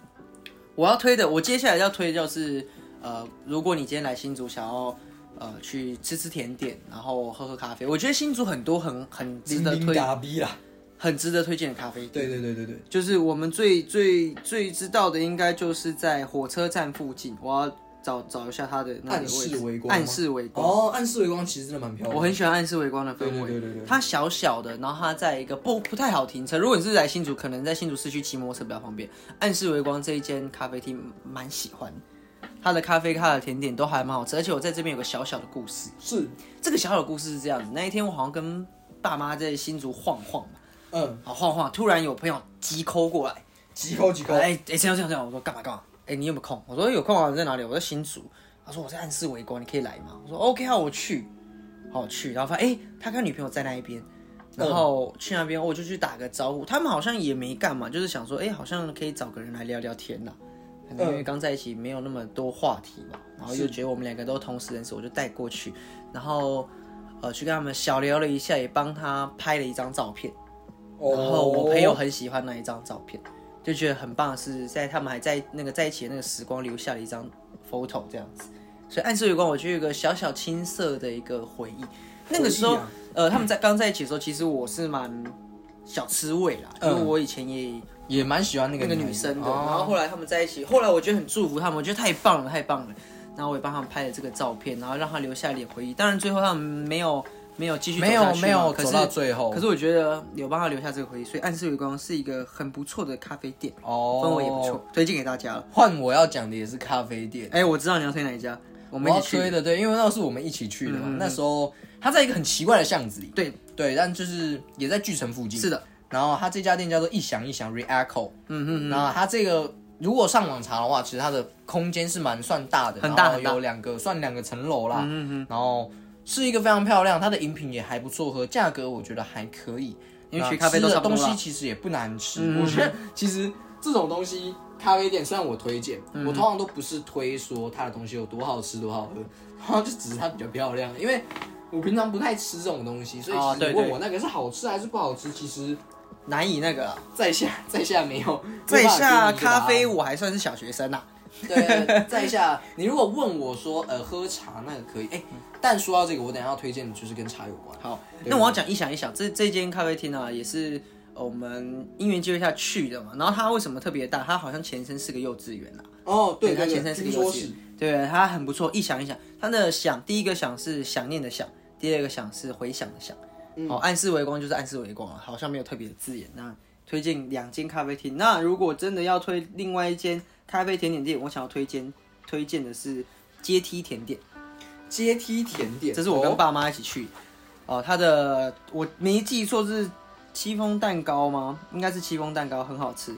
B: 我要推的，我接下来要推的就是，呃，如果你今天来新竹，想要呃去吃吃甜点，然后喝喝咖啡，我觉得新竹很多很很值得推，
A: 达比啦。
B: 很值得推荐的咖啡店。
A: 啊对对对对对，
B: 就是我们最最最知道的，应该就是在火车站附近。我要找找一下它的那个
A: 暗
B: 位
A: 室
B: 置。
A: 微光吗
B: 暗室微光，
A: 哦，暗示微光其实真的蛮漂亮
B: 我
A: 的。
B: 很喜欢暗室微光的氛围。
A: 对对对对对
B: 它小小的，然后它在一个不不太好停车。如果你是来新竹，可能在新竹市区骑摩托车比较方便。暗室微光这一间咖啡厅蛮喜欢，它的咖啡、它的甜点都还蛮好吃。而且我在这边有个小小的故事。
A: 是，
B: 这个小小的故事是这样子：那一天我好像跟爸妈在新竹晃晃嘛，
A: 嗯，
B: 啊晃晃，突然有朋友急抠过来。
A: 几口几口。
B: 哎哎，这样这样这样，我说干嘛干嘛？哎，你有没有空？我说有空啊，你在哪里？我在新竹。他说我在暗示围观，你可以来吗？我说 OK 啊，我去，好我去。然后发现哎，他跟女朋友在那一边，然后去那边我就去打个招呼。他们好像也没干嘛，就是想说哎，好像可以找个人来聊聊天呐、可能因为刚在一起没有那么多话题吧，然后又觉得我们两个都同时认识，我就带过去，然后呃去跟他们小聊了一下，也帮他拍了一张照片。
A: 哦
B: 然后我朋友很喜欢那一张照片，就觉得很棒，是在他们还在那个在一起的那个时光留下了一张 photo 这样子。所以暗示有关，我就有一个小小青涩的一个回忆。那个时候，
A: 回忆啊
B: 呃，他们在刚在一起的时候，其实我是蛮小吃味啦，因为我以前也
A: 也蛮喜欢那个
B: 那个女
A: 孩子
B: 生的。
A: 哦
B: 然后后来他们在一起，后来我觉得很祝福他们，我觉得太棒了，太棒了。然后我也帮他们拍了这个照片，然后让他留下一点回忆。当然最后他们没有没有继续走
A: 没有
B: 下去嘛
A: 没有
B: 可
A: 走
B: 是
A: 到最后
B: 可是我觉得有帮他留下这个回忆，所以暗示微光是一个很不错的咖啡店，
A: 哦，
B: 氛围也不错。，推荐给大家了。
A: 换我要讲的也是咖啡店。
B: 哎、我知道你要推哪一家，我
A: 我
B: 们
A: 要
B: 一起
A: 推
B: 去。嗯
A: 的，对，因为那是我们一起去的嘛。那时候它在一个很奇怪的巷子里，
B: 对，
A: 对，但就是也在巨城附近。
B: 是的，
A: 然后它这家店叫做一响一响 Reecho，
B: 嗯嗯，
A: 嗯，然后它这个如果上网查的话，其实它的空间是蛮算大的，
B: 很大
A: 然后
B: 很大
A: 有两个算两个层楼啦，嗯嗯，然后是一个非常漂亮，它的饮品也还不错喝，价格我觉得还可以，
B: 因为
A: 那
B: 其实咖啡都
A: 吃
B: 差
A: 的
B: 不多
A: 东西
B: 啦。
A: 其实也不难吃，
B: 嗯
A: 我觉得其实这种东西。咖啡店虽然我推荐，
B: 嗯
A: 我通常都不是推说它的东西有多好吃多好喝， 然后就只是它比较漂亮，因为我平常不太吃这种东西，所以
B: 哦
A: 其实
B: 对
A: 你
B: 对
A: 问我那个是好吃还是不好吃，其实
B: 难以那个啊啦，
A: 在下 在下没有，
B: 在下
A: 没办法给你一个答案
B: 啊咖啡我还算是小学生啊呐、
A: 对，在下你如果问我说呃喝茶那个可以，哎、但说到这个，我等一下要推荐的就是跟茶有关。
B: 嗯好，
A: 对
B: 那我要讲一想一想，这这间咖啡厅啊，也是呃我们因缘机会下去的嘛。然后它为什么特别大？它好像前身是个幼稚园啊。
A: 哦，对
B: 它
A: 对
B: 前
A: 对，
B: 身是个
A: 听
B: 游
A: 说
B: 戏
A: 是，，
B: 对，它很不错。一想一想，它的想，第一个想是想念的想，第二个想是回响的想。
A: 嗯
B: 哦，暗示微光就是暗示微光啊，好像没有特别的字眼。那推荐两间咖啡厅。那如果真的要推另外一间咖啡甜点店，我想要推荐推荐的是阶梯甜点，
A: 阶梯甜点，
B: 这是我跟
A: 哦
B: 爸妈一起去。哦，它的我没记错是戚风蛋糕吗？应该是戚风蛋糕，很好吃。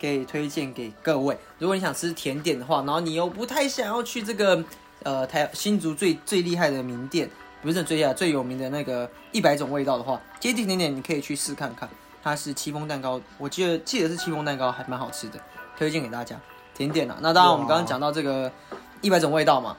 B: 可以推荐给各位。如果你想吃甜点的话，然后你又不太想要去这个呃台新竹最最厉害的名店，不是最厉害，最有名的那个一百种味道的话，接近点点你可以去试看看，它是戚风蛋糕，我记得记得是戚风蛋糕，还蛮好吃的，推荐给大家甜点啊。那当然我们刚刚讲到这个一百种味道嘛，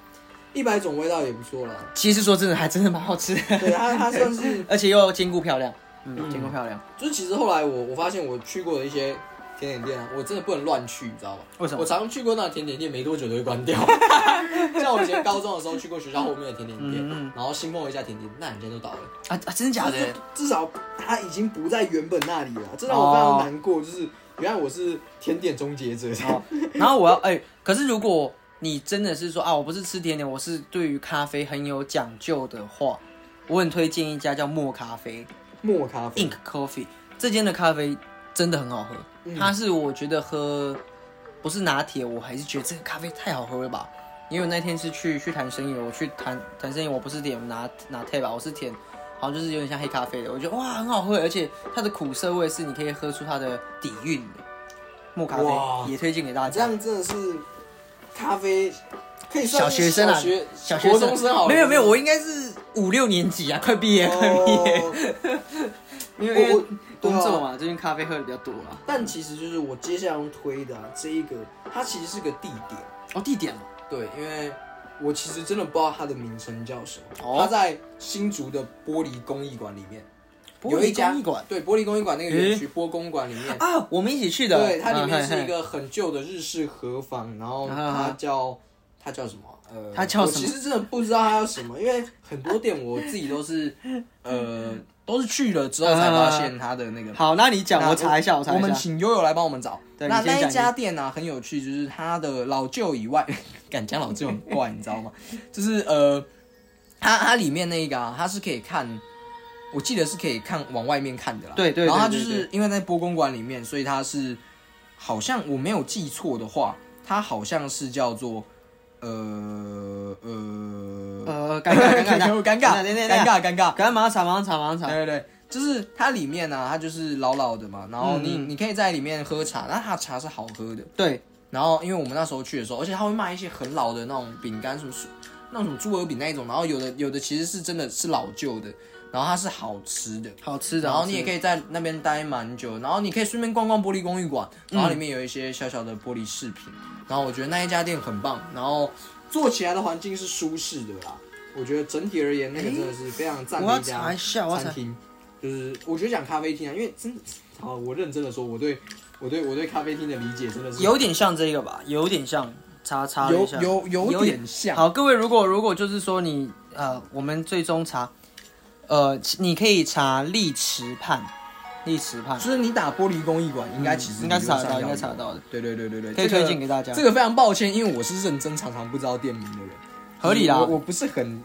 A: 一百种味道也不错啦。
B: 其实说真的还真的蛮好吃的，
A: 对，它它算是，
B: 而且又兼顾漂亮，嗯，兼顾漂亮。
A: 就是其实后来我我发现我去过的一些甜点店啊，我真的不能乱去，你知道吗？
B: 为什么
A: 我常去过那甜点店，没多久就会关掉。 像我以前高中的时候去过学校后面的甜点店，然后新梦一家甜点，那人家就倒了。
B: 啊啊，真的嗯假
A: 啊
B: 的？
A: 就至少他已经不在原本那里了，这让我非常难过。就是原来我是甜点终结者，
B: 哦，然后我要哎、可是如果你真的是说啊，我不是吃甜点，我是对于咖啡很有讲究的话，我很推荐一家叫墨咖啡
A: 墨咖啡
B: （Ink Coffee） 这间的咖啡真的很好喝，
A: 嗯
B: 它是我觉得喝不是拿铁，我还是觉得这个咖啡太好喝了吧。因为我那天是去去谈生意，我去谈谈生意，我不是点拿拿铁吧，我是点好像就是有点像黑咖啡的，我觉得哇很好喝，而且它的苦涩味是你可以喝出它的底蕴的。墨咖
A: 哇
B: 啡也推荐给大
A: 啊，这
B: 家。
A: 样真的是咖啡可以
B: 小
A: 算
B: 学
A: 是
B: 生啊，
A: 学
B: 小
A: 国中生好了，
B: 没有没有，我应该是五六年级啊，快毕业快毕业，
A: 哦
B: 因
A: 我啊
B: 为因为
A: 我
B: 工作嘛，最近咖啡喝的比较多啊。
A: 但其实就是我接下来要推的、啊、这一个，它其实是个地点。
B: 哦，地点嘛，
A: 对，因为我其实真的不知道它的名称叫什么。
B: 哦
A: 它在新竹的玻璃工艺馆里面，
B: 玻
A: 有一
B: 璃
A: 家
B: 工艺馆
A: 对，玻璃工艺馆那个园区玻工馆里面，
B: 啊，我们一起去的。
A: 对，它里面是一
B: 嗯，
A: 个很旧的日式河房，然后
B: 啊啊啊
A: 它叫它叫什么？呃，
B: 它叫什么
A: 我其实真的不知道它叫什么，因为很多店我自己都是 呃都是去了之后才发现它的那个
B: 嘿嘿。好，那你讲，
A: 那
B: 我查一下，我查
A: 我
B: 一
A: 们
B: 下。
A: 请悠悠来帮我们找。
B: 对
A: 那
B: 你先
A: 那
B: 讲
A: 一家店呢、很有趣，就是它的老旧以外， 敢讲老旧很怪，你知道吗？ 就是呃，它它里面那个啊，它是可以看，我记得是可以看往外面看的啦。
B: 对对对
A: 然后它就
B: 对对
A: 是因为在波公馆里面，所以它是好像我没有记错的话，它好像是叫做呃呃
B: 呃，尴尬尴
A: 有
B: 尬
A: 尴
B: 尬等
A: 尬
B: 等等等
A: 尴尬
B: 尬，
A: 尴尬
B: 赶快马上查，马上查，马上查。
A: 对对对，就是它里面呢、它就是老老的嘛，然后你、
B: 嗯
A: 你可以在里面喝茶，那它的茶是好喝的。
B: 对，
A: 然后因为我们那时候去的时候，而且它会卖一些很老的那种饼干，什么薯那种什么猪耳饼那一种，然后有的有的其实是真的是老旧的，然后它是好吃的。
B: 好吃的。
A: 然后
B: 好
A: 你
B: 吃
A: 也可以在那边待蛮久，然后你可以顺便逛逛玻璃公寓馆，然后里面有一些小小的玻璃饰品，然后我觉得那一家店很棒，然后做起来的环境是舒适的啦，我觉得整体而言那个真的是非常赞
B: 我
A: 的
B: 要
A: 一家
B: 查一下，我要查
A: 餐。厅，就是我觉得讲咖啡厅啊，因为真的，好，我认真的说，我对我对我对咖啡厅的理解真的是
B: 有点像这个吧，有点像，查查了一
A: 有
B: 下，
A: 有有点像，
B: 好，各位，如果如果就是说你呃，我们最终查，呃，你可以查历池畔，历池畔
A: 就是你打玻璃工艺馆，嗯应该啊其实
B: 应该查得
A: 理论
B: 到，
A: 上
B: 应
A: 要
B: 该
A: 有
B: 查得。到的，
A: 对对对对对，
B: 可以
A: 这个
B: 推荐给大家，
A: 这个非常抱歉，因为我是认真常常不知道店名的人，
B: 合理啦
A: 我我不是很，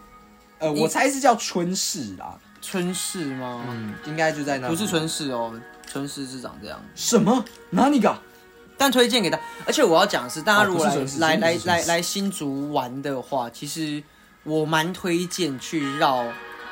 A: 呃，我猜是叫春氏啦，
B: 春氏吗？
A: 嗯，应该就在那。
B: 不是春氏哦，春氏是长这样。
A: 什么？哪里个？
B: 但推荐给大，而且我要讲的是，大家
A: 哦
B: 如果
A: 不
B: 来、
A: 是纯食
B: 来
A: 真的不
B: 来
A: 是纯
B: 来
A: 食
B: 来新竹玩的话，其实我蛮推荐去绕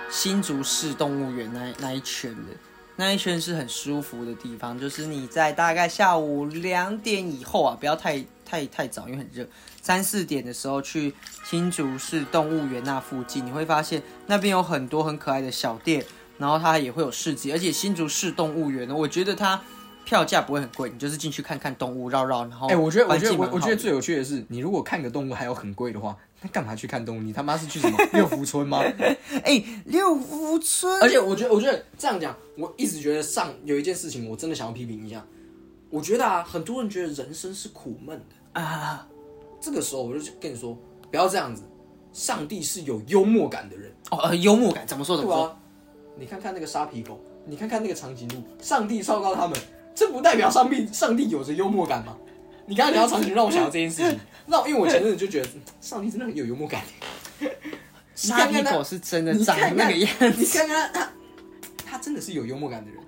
B: 新竹市动物园那一那一圈的。那一圈是很舒服的地方，就是你在大概下午两点以后啊，不要太太太早，因为很热。三四点的时候去新竹市动物园那附近，你会发现那边有很多很可爱的小店，然后它也会有市集，而且新竹市动物园呢，我觉得它票价不会很贵，你就是进去看看动物，绕绕，然后
A: 哎，我觉得我
B: 环
A: 觉
B: 境
A: 得我
B: 蛮好
A: 我觉得
B: 的
A: 最有趣的是，你如果看个动物还有很贵的话，那干嘛去看动物？你他妈是去什 么六福村吗？
B: 哎、六福村，
A: 而且我觉得，我觉得这样讲，我一直觉得上有一件事情，我真的想要批评一下。我觉得啊，很多人觉得人生是苦闷的
B: 啊，
A: 这个时候我就跟你说，不要这样子。上帝是有幽默感的人，
B: 哦，呃幽默感怎么说怎
A: 对
B: 么说？
A: 啊，你看看那个沙皮狗，你看看那个长颈鹿，上帝创造他们，这不代表上帝上帝有着幽默感吗？你刚刚讲到长颈鹿，让我想到这件 事情。那我因为我前阵子就觉得，嗯上帝真的很有幽默感。
B: 沙皮狗是真的
A: 你
B: 长
A: 看
B: 得
A: 看
B: 那个样 子，
A: 你看看他，他真的是有幽默感的人。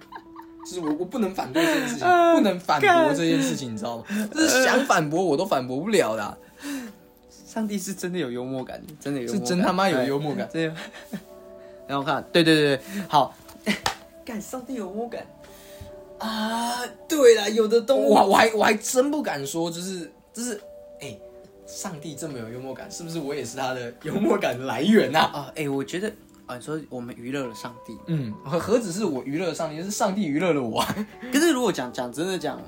A: 就是我，我不能反对这件事情，不能反驳这件事情，你知道吗？就是想反驳我都反驳不了 的啊、
B: 上帝是真的有幽默感，真的有幽
A: 是
B: 默感，哎
A: 真他妈有
B: 对
A: 幽默感。
B: 这，然后看，对对对对，好，感上帝有摸感啊，对了，有的动物
A: 我我还我还真不敢说，就是就是，哎、上帝这么有幽默感，是不是我也是他的幽默感来源呐、啊？
B: 啊，哎、我觉得啊，你说我们娱乐了上帝，
A: 嗯，何何止是我娱乐上帝，是上帝娱乐了我、啊。
B: 可是如果讲讲真的讲，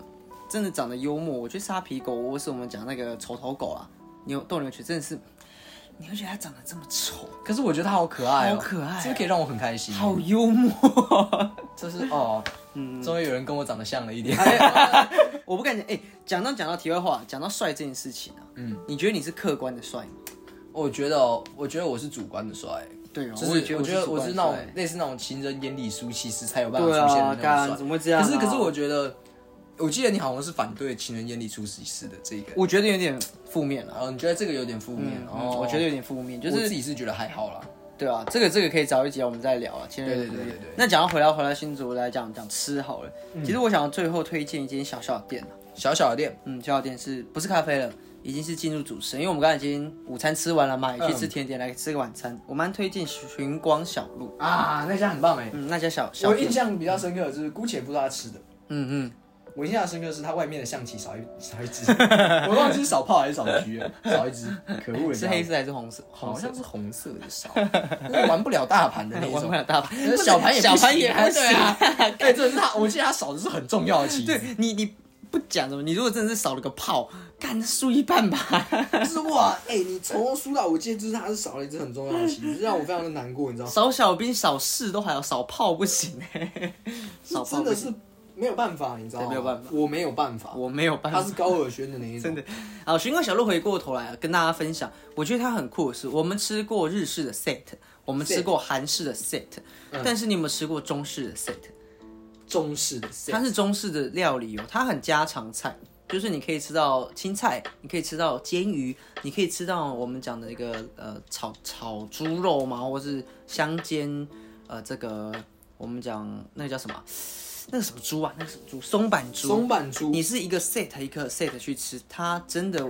B: 真的长得幽默，我觉得沙皮狗或是我们讲那个丑头狗啊，牛斗牛犬真的是，你会觉得它长得这么丑，
A: 可是我觉得他好可爱、哦，
B: 好可爱哦
A: 这可以让我很开心。
B: 好幽默。啊
A: 这是哦，
B: 嗯
A: 终于有人跟我长得像了一点。
B: 哎我不敢讲，哎、讲到讲到题外话，讲到帅这件事情啊，嗯，你觉得你是客观的帅吗？
A: 我觉得哦，我觉得我是主观的帅，
B: 对啊，
A: 就
B: 我也
A: 是
B: 觉得
A: 我觉得
B: 主
A: 我
B: 观
A: 是那种
B: 帅
A: 类似那种情人眼里出西施才有办法
B: 对
A: 出现
B: 啊
A: 的，那
B: 干
A: 种
B: 怎
A: 帅。
B: 么会这样啊、
A: 可是可是我觉得，我记得你好像是反对情人眼里出西施的这一个，
B: 我觉得有点负面了。
A: 然后你觉得这个有点负面
B: 嗯，
A: 哦，
B: 我觉得有点负面，就
A: 我自
B: 是
A: 己是觉得还好啦。
B: 对啊，这个这个可以早一集我们再聊啊。情人
A: 对
B: 节
A: 对对对对嗯
B: 那讲到回到回到新竹来讲讲吃好了，其实我想要最后推荐一间小小的店啊
A: 小小的店，
B: 嗯，小小店是不是咖啡了？已经是进入主食，因为我们刚才已经午餐吃完了嘛，也去吃甜点，来吃个晚餐。我蛮推荐寻光小路，
A: 啊，那家很棒哎。
B: 嗯，那家小小
A: 我印象比较深刻的就是，姑且不说他吃的，
B: 嗯嗯，
A: 我印象深刻的是他外面的象棋少一少一 只，我忘记是少炮还是少狙了，少一只，可恶的
B: 是
A: 家伙
B: 黑色还是红色？
A: 好像 是红色的少，那玩不了大盘的那
B: 玩
A: 种
B: 不。了大盘，
A: 小盘也不
B: 小
A: 行
B: 盘也
A: 啊
B: 不
A: 对
B: 行
A: 啊。 哎，这是他，我记得他少的是很重要的棋子，
B: 对你你不讲什么，你如果真的是少了个炮，干输一半吧。
A: 就是哇，哎，你从头输到我记得就是他是少了一只很重要的棋子，让我非常的难过，你知道吗？
B: 少小兵、少士都还有，少炮不行哎、少炮
A: 真
B: 不
A: 的
B: 行，
A: 是没有办法，你知道吗？
B: 对没有办法
A: 我没有办法，
B: 我没有办
A: 他
B: 法
A: 是。高尔宣的那一种，真的
B: 好，寻光小路回过头来啊跟大家分享，我觉得它很酷的是，我们吃过日式的 set，我们吃过韩式的 set，但是你有没有吃过中式的 set？
A: 中式的
B: 它是中式的料理哦，它很家常菜，就是你可以吃到青菜，你可以吃到煎鱼，你可以吃到我们讲的一个呃炒炒猪肉嘛，或是香煎呃这个我们讲那个叫什么啊？那个什么猪啊？那个什么猪？松板猪。
A: 松板猪，
B: 你是一个 set 一个 set 去吃，它真的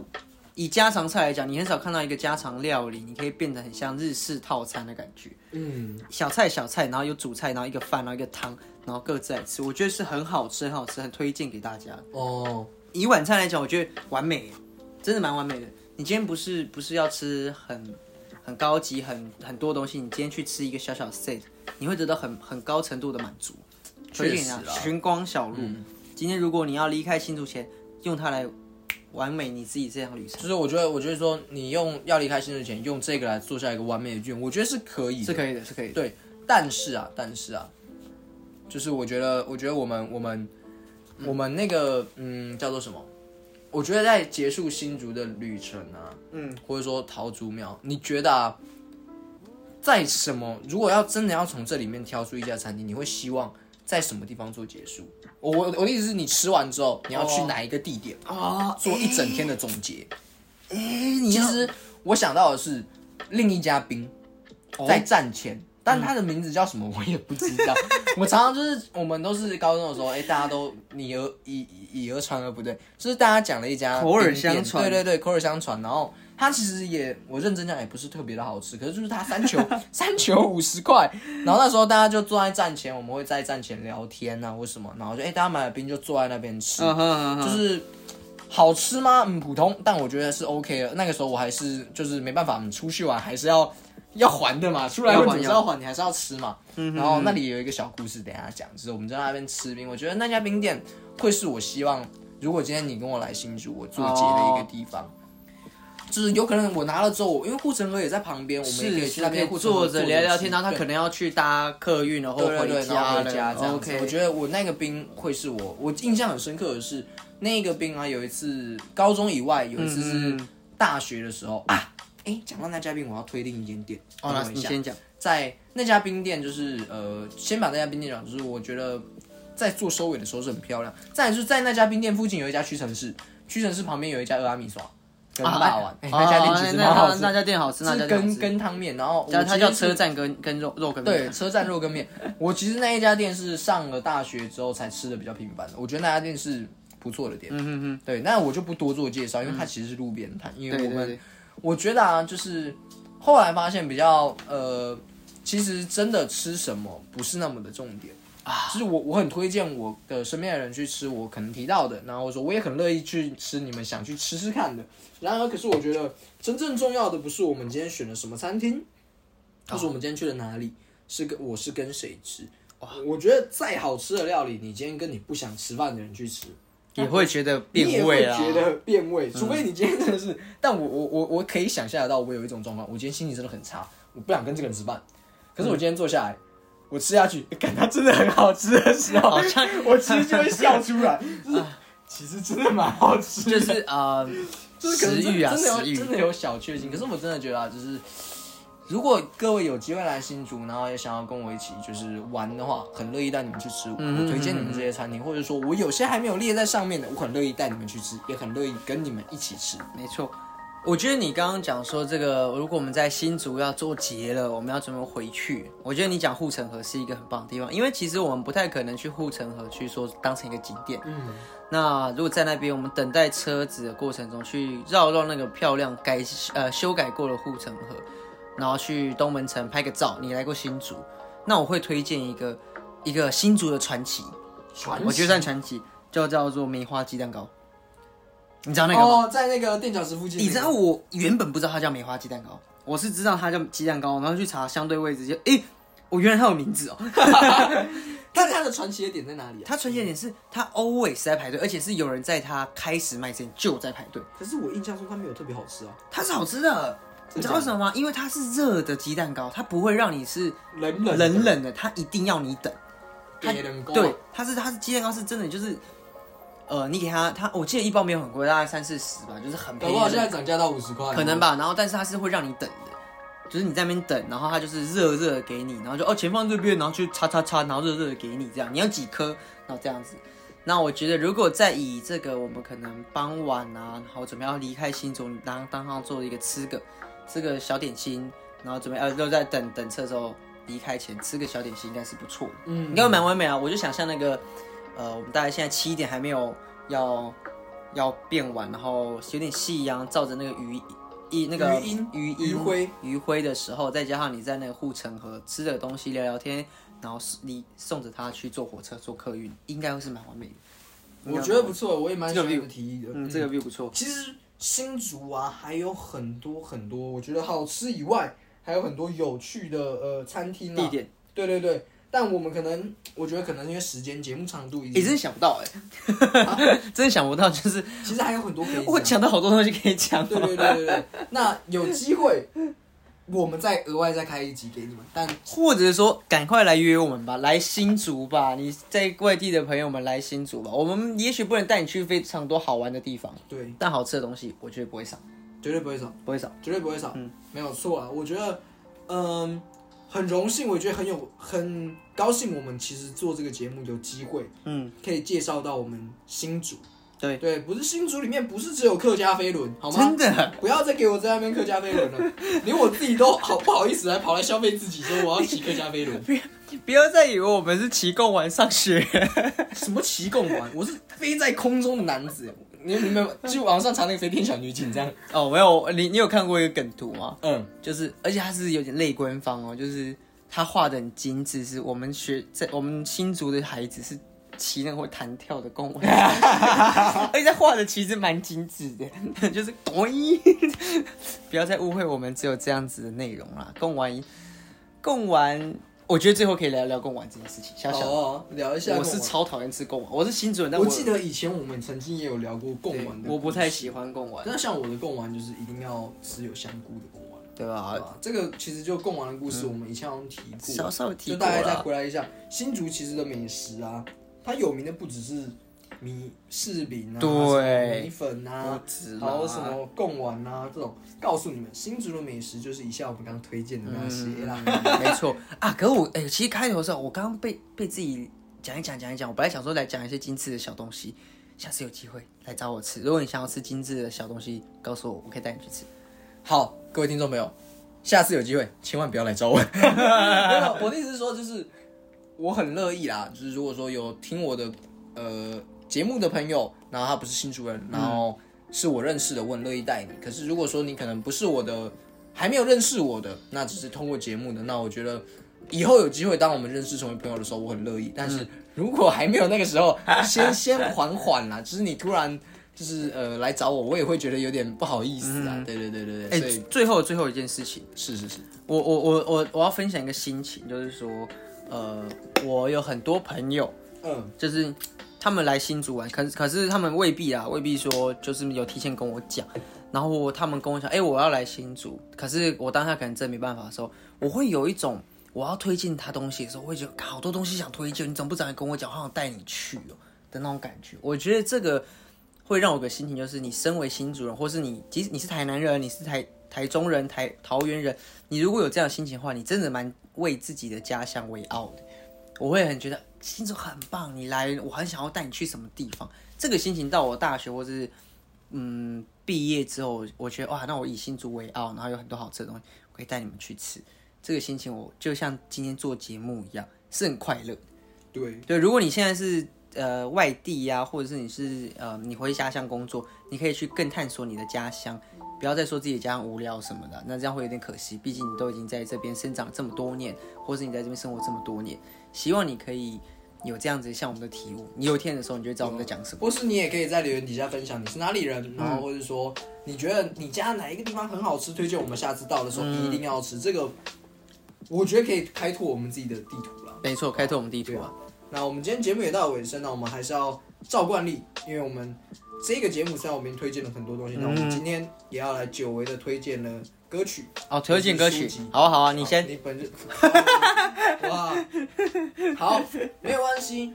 B: 以家常菜来讲，你很少看到一个家常料理，你可以变得很像日式套餐的感觉。
A: 嗯，
B: 小菜小菜，然后有主菜，然后一个饭，然后一个汤，然后各自来吃，我觉得是很好吃，很好吃，很推荐给大家。
A: 哦，
B: 以晚餐来讲，我觉得完美耶，真的蛮完美的。你今天不是不是要吃很很高级、很很多东西，你今天去吃一个小小 set，你会得到很很高程度的满足。
A: 确
B: 所以
A: 实嗯
B: 啊
A: 啊，
B: 寻光小路，今天如果你要离开新竹前，用它来完美你自己这趟旅程
A: 就是我觉得，我觉得说你用要离开新之前用这个来做下一个完美的剧本，我觉得是可以的
B: 是可以的，是可以的。
A: 对，但是啊，但是啊，就是我觉得，我觉得我们我们、我们那个嗯叫做什么？我觉得在结束新竹的旅程啊，嗯，或者说桃竹苗，你觉得啊，在什么？如果要真的要从这里面挑出一家餐厅，你会希望在什么地方做结束？我我我的意思是你吃完之后，你要去哪一个地点
B: 啊
A: 做一整天的总结？
B: 哎，你
A: 其
B: 要
A: 实我想到的是另一家冰，
B: 哦
A: 在站前，
B: 嗯
A: 但他的名字叫什么我也不知 道。我常常就是我们都是高中的时候，哎、大家都以讹以以以讹传讹不对，就是大家讲了一家
B: 口耳
A: 冰店
B: 相传
A: 对对对，口耳相传。然后它其实也我认真讲也不是特别的好吃，可是就是它 三球三球五十块，然后那时候大家就坐在站前，我们会在站前聊天啊或什么，然后就哎、大家买了冰就坐在那边吃，
B: 嗯哼嗯哼
A: 就是好吃吗？嗯，普通，但我觉得是 OK 的。那个时候我还是就是没办法，嗯，出去玩还是要要还的嘛，出来
B: 要还嗯
A: 会总是要还，你还是要吃嘛。然后那里有一个小故事，等一下讲，就是我们在那边吃冰，我觉得那家冰店会是我希望，如果今天你跟我来新竹，我做结的一个地
B: 嗯
A: 方。就是有可能我拿了之后，我因为护城河也在旁边，我们也可以去那边护城河
B: 坐着聊聊天，然
A: 啊，
B: 后他可能要去搭客运了，或
A: 对对
B: 回
A: 对，然后
B: 家
A: 回家这
B: 了。
A: 样子。我
B: OK，
A: 觉得我那个兵会是我，我印象很深刻的是那个兵啊，有一次高中以外，有一次是
B: 嗯
A: 大学的时候、啊。哎，讲到那家兵，我要推另一间店。
B: 哦，
A: 等
B: 那
A: 我一
B: 你
A: 下
B: 先讲。
A: 在那家冰店，就是呃，先把那家冰店讲，就是我觉得在做收尾的时候是很漂亮。再来就是在那家冰店附近有一家屈臣氏，屈臣氏旁边有一家俄阿米耍跟辣
B: 啊
A: 丸，哎那家店其实蛮好吃
B: 那，家店好吃，那
A: 是
B: 家店好
A: 跟
B: 吃。
A: 跟汤面，然后我
B: 它它
A: 其实
B: 叫
A: 是
B: 车站跟跟肉肉羹
A: 对，
B: 面，啊
A: 车站肉 羹面。我其实那一家店是上了大学之后才吃的比较频繁的，我觉得那家店是不错的店。嗯嗯嗯。对，那我就不多做介绍，因为它其实是路边摊，因为
B: 对
A: 我
B: 对
A: 们
B: 对，
A: 我觉得啊，就是后来发现比较呃，其实真的吃什么不是那么的重点，啊，就是我我很推荐我的身边的人去吃我可能提到的，然后我说我也很乐意去吃你们想去吃吃看的。然而，可是我觉得真正重要的不是我们今天选了什么餐厅，而是我们今天去了哪里，是跟我是跟谁吃。我觉得再好吃的料理，你今天跟你不想吃饭的人去吃，
B: 也会觉得
A: 你也
B: 变
A: 会
B: 味啊。
A: 觉得变味，除非你今天真的是， 但我我我我可以想象得到，我有一种状况，我今天心情真的很差，我不想跟这个人吃饭，可是
B: 嗯
A: 我今天坐下来，我吃下去， 感它真的很好吃的时候，
B: 好像
A: 我其实就会笑出 来，就是其实真的蛮好吃的，
B: 就是呃，
A: 就是可能
B: 食
A: 真
B: 欲啊，
A: 真的
B: 食
A: 有
B: 欲
A: 真。的有小确幸。可是我真的觉得啊，就是如果各位有机会来新竹，然后也想要跟我一起就是玩的话，很乐意带你们去吃。
B: 嗯
A: 我推荐你们这些餐厅，或者说我有些还没有列在上面的，我很乐意带你们去吃，也很乐意跟你们一起吃。
B: 没错，我觉得你刚刚讲说这个，如果我们在新竹要做结了，我们要准备回去。我觉得你讲护城河是一个很棒的地方，因为其实我们不太可能去护城河去说当成一个景点。
A: 嗯，
B: 那如果在那边，我们等待车子的过程中去绕绕那个漂亮改呃修改过的护城河，然后去东门城拍个照。你来过新竹，那我会推荐一个一个新竹的传奇，
A: 传
B: 我觉得算传奇，就叫做梅花鸡蛋糕。你知道那个吗？
A: 哦，在那个垫脚石附近那个，
B: 你知道我原本不知道它叫梅花鸡蛋糕，我是知道它叫鸡蛋糕，然后去查相对位置就，诶，我原来它有名字哦。
A: 它它的传奇的点在哪里啊？
B: 它传奇的点是它 always 在排队，而且是有人在它开始卖之前就在排队，
A: 可是我印象中它没有特别好吃啊，
B: 它是好吃哦的。你知道为什么吗？因为它是热的鸡蛋糕，它不会让你是
A: 冷冷
B: 冷冷的，它一定要你等。它
A: 给人工啊
B: 对，它是它是鸡蛋糕是真的就是，呃，你给它它，我记得一包没有很贵，大概三四十吧，就是很
A: 搞
B: 便宜
A: 不
B: 的。
A: 好现在涨价到五十块，
B: 可能。吧。然后，但是它是会让你等的，就是你在那边等，然后它就是热热的给你，然后就哦前方这边，然后就叉叉叉，然后热热的给你这样，你要几颗，然后这样子。那我觉得，如果再以这个我们可能傍晚啊，然后准备要离开新竹，你当当上做一个吃个吃个小点心，然后准备呃就在等等车的时候离开前吃个小点心，应该是不错的。
A: 嗯
B: 应该会蛮完美啊。我就想象那个，呃，我们大概现在七点还没有要要变晚，然后有点夕阳照着那个余一那个
A: 余音
B: 余
A: 余晖
B: 余晖的时候，再加上你在那个护城河吃的东西聊聊天，然后你送着他去坐火车坐客运，应该会是蛮完美的。嗯
A: 我觉得不错，我也蛮喜
B: 这个
A: 欢这
B: view
A: 个提议的。
B: 嗯，这个 view 不错。
A: 其实新竹啊，还有很多很多，我觉得好吃以外，还有很多有趣的呃餐厅
B: 地
A: 啊。
B: 点，
A: 对对对，但我们可能，我觉得可能因为时间、节目长度已
B: 你、
A: 经，
B: 真的想不到哎、 真的想不到，就是
A: 其实还有很多可以
B: 我
A: 讲。
B: 讲到好多东西可以讲哦。
A: 对对对对对，那有机会，我们再额外再开一集给你们。但
B: 或者说，赶快来约我们吧，来新竹吧！你在外地的朋友们来新竹吧，我们也许不能带你去非常多好玩的地方，
A: 对，
B: 但好吃的东西我觉得不会少，
A: 绝对不会少，
B: 不会少。
A: 绝对不会少，
B: 嗯
A: 没有错啊。我觉得，嗯。很荣幸，我觉得很有很高兴，我们其实做这个节目有机会
B: 嗯，
A: 可以介绍到我们新竹。
B: 对
A: 对，不是新竹里面不是只有客家飞轮，好吗
B: 真？的，
A: 不要再给我在那边客家飞轮了，连我自己都好不好意思来跑来消费自己，说我要骑客家飞轮。
B: 不要再以为我们是骑共玩上学。
A: 什么骑共玩？我是 飞在空中的男子。你你们就网上查那个飞天小女警这样，
B: 哦，没有，你你有看过一个梗图吗？
A: 嗯，
B: 就是，而且它是有点类官方哦，就是他画的很精致，是我们学在我们新竹的孩子是骑那个会弹跳的公文， 而且他画的其实蛮精致的， 就是抖音，不要再误会我们只有这样子的内容啦。贡丸，贡丸，我觉得最后可以聊聊贡丸这件事情。小小，
A: 哦，聊一下
B: 我
A: 贡丸。
B: 是超讨厌吃贡丸，我是新竹人，但
A: 我
B: 我
A: 记得以前我们曾经也有聊过贡丸的
B: 我不太
A: 故事
B: 喜。欢贡丸，
A: 那像我的贡丸就是一定要吃有香菇的贡丸，
B: 对吧
A: 好？吧？这个其实就贡丸的故事，我们以前好像提过。
B: 稍稍有嗯提
A: 就
B: 过
A: 大概再
B: 啦。
A: 回来一下，新竹其实的美食啊，它有名的不只是米柿饼啊，
B: 对
A: 什么米粉啊
B: 不止，啦
A: 还有什么贡丸啊这种。告诉你们，新竹的美食就是以下我们刚推荐的那些
B: 嗯
A: 啦。
B: 没错 啊，可是我哎、其实开头的时候，我刚刚被被自己讲一讲讲一讲，我本来想说来讲一些精致的小东西，下次有机会来找我吃。如果你想要吃精致的小东西，告诉我，我可以带你去吃。
C: 好，各位听众朋友，下次有机会千万不要来找我。
A: 没有，我的意思是说，就是
C: 我很乐意啦，就是如果说有听我的呃节目的朋友，然后他不是新竹人，然后是我认识的，我很乐意带你。可是如果说你可能不是我的，还没有认识我的，那只是通过节目的，那我觉得
A: 以后有机会，当我们认识成为朋友的时候，我很乐意。但是如果还没有那个时候，先先缓缓啦。就是你突然就是呃来找我，我也会觉得有点不好意思啊。对对对对对，
B: 哎、
A: 所以
B: 最后最后一件事情，
A: 是是是，
B: 我我我我我要分享一个心情，就是说，呃，我有很多朋友，
A: 嗯，
B: 就是他们来新竹玩，可可是他们未必啊，未必说就是有提前跟我讲，然后他们跟我讲，哎、我要来新竹，可是我当下可能真没办法的时候，我会有一种我要推荐他东西的时候，我会觉得干好多东西想推荐，你怎么不早点跟我讲，我好想带你去哦的那种感觉。我觉得这个会让我有个心情，就是你身为新竹人，或是你即使你是台南人，你是台台中人、台 桃园人，你如果有这样的心情的话，你真的蛮为自己的家乡为傲的。我会很觉得新竹很棒，你来，我很想要带你去什么地方。这个心情到我大学或是嗯毕业之后，我觉得哇，那我以新竹为傲，然后有很多好吃的东西，我可以带你们去吃。这个心情我就像今天做节目一样，是很快乐。
A: 对，
B: 对，如果你现在是呃外地呀、或者是你是呃你回家乡工作，你可以去更探索你的家乡，不要再说自己的家乡无聊什么的，那这样会有点可惜。毕竟你都已经在这边生长这么多年，或是你在这边生活这么多年，希望你可以有这样子像我们的体悟。你有一天的时候，你就会知道我们在讲什么。
A: 或是你也可以在留言底下分享你是哪里
B: 嗯
A: 人，然后或者说你觉得你家哪一个地方很好吃，推荐我们下次到的时候
B: 嗯
A: 一定要吃。这个我觉得可以开拓我们自己的地图了。
B: 没错，开拓我们地图啊，
A: 那我们今天节目也到尾声了，我们还是要照惯例，因为我们这个节目虽然我们已经推荐了很多东西，
B: 嗯
A: 但我们今天也要来久违的推荐了歌曲。
B: 哦，推荐歌曲
A: 书籍，
B: 好啊好啊，你先
A: 好。你本日哇，好，没有关系。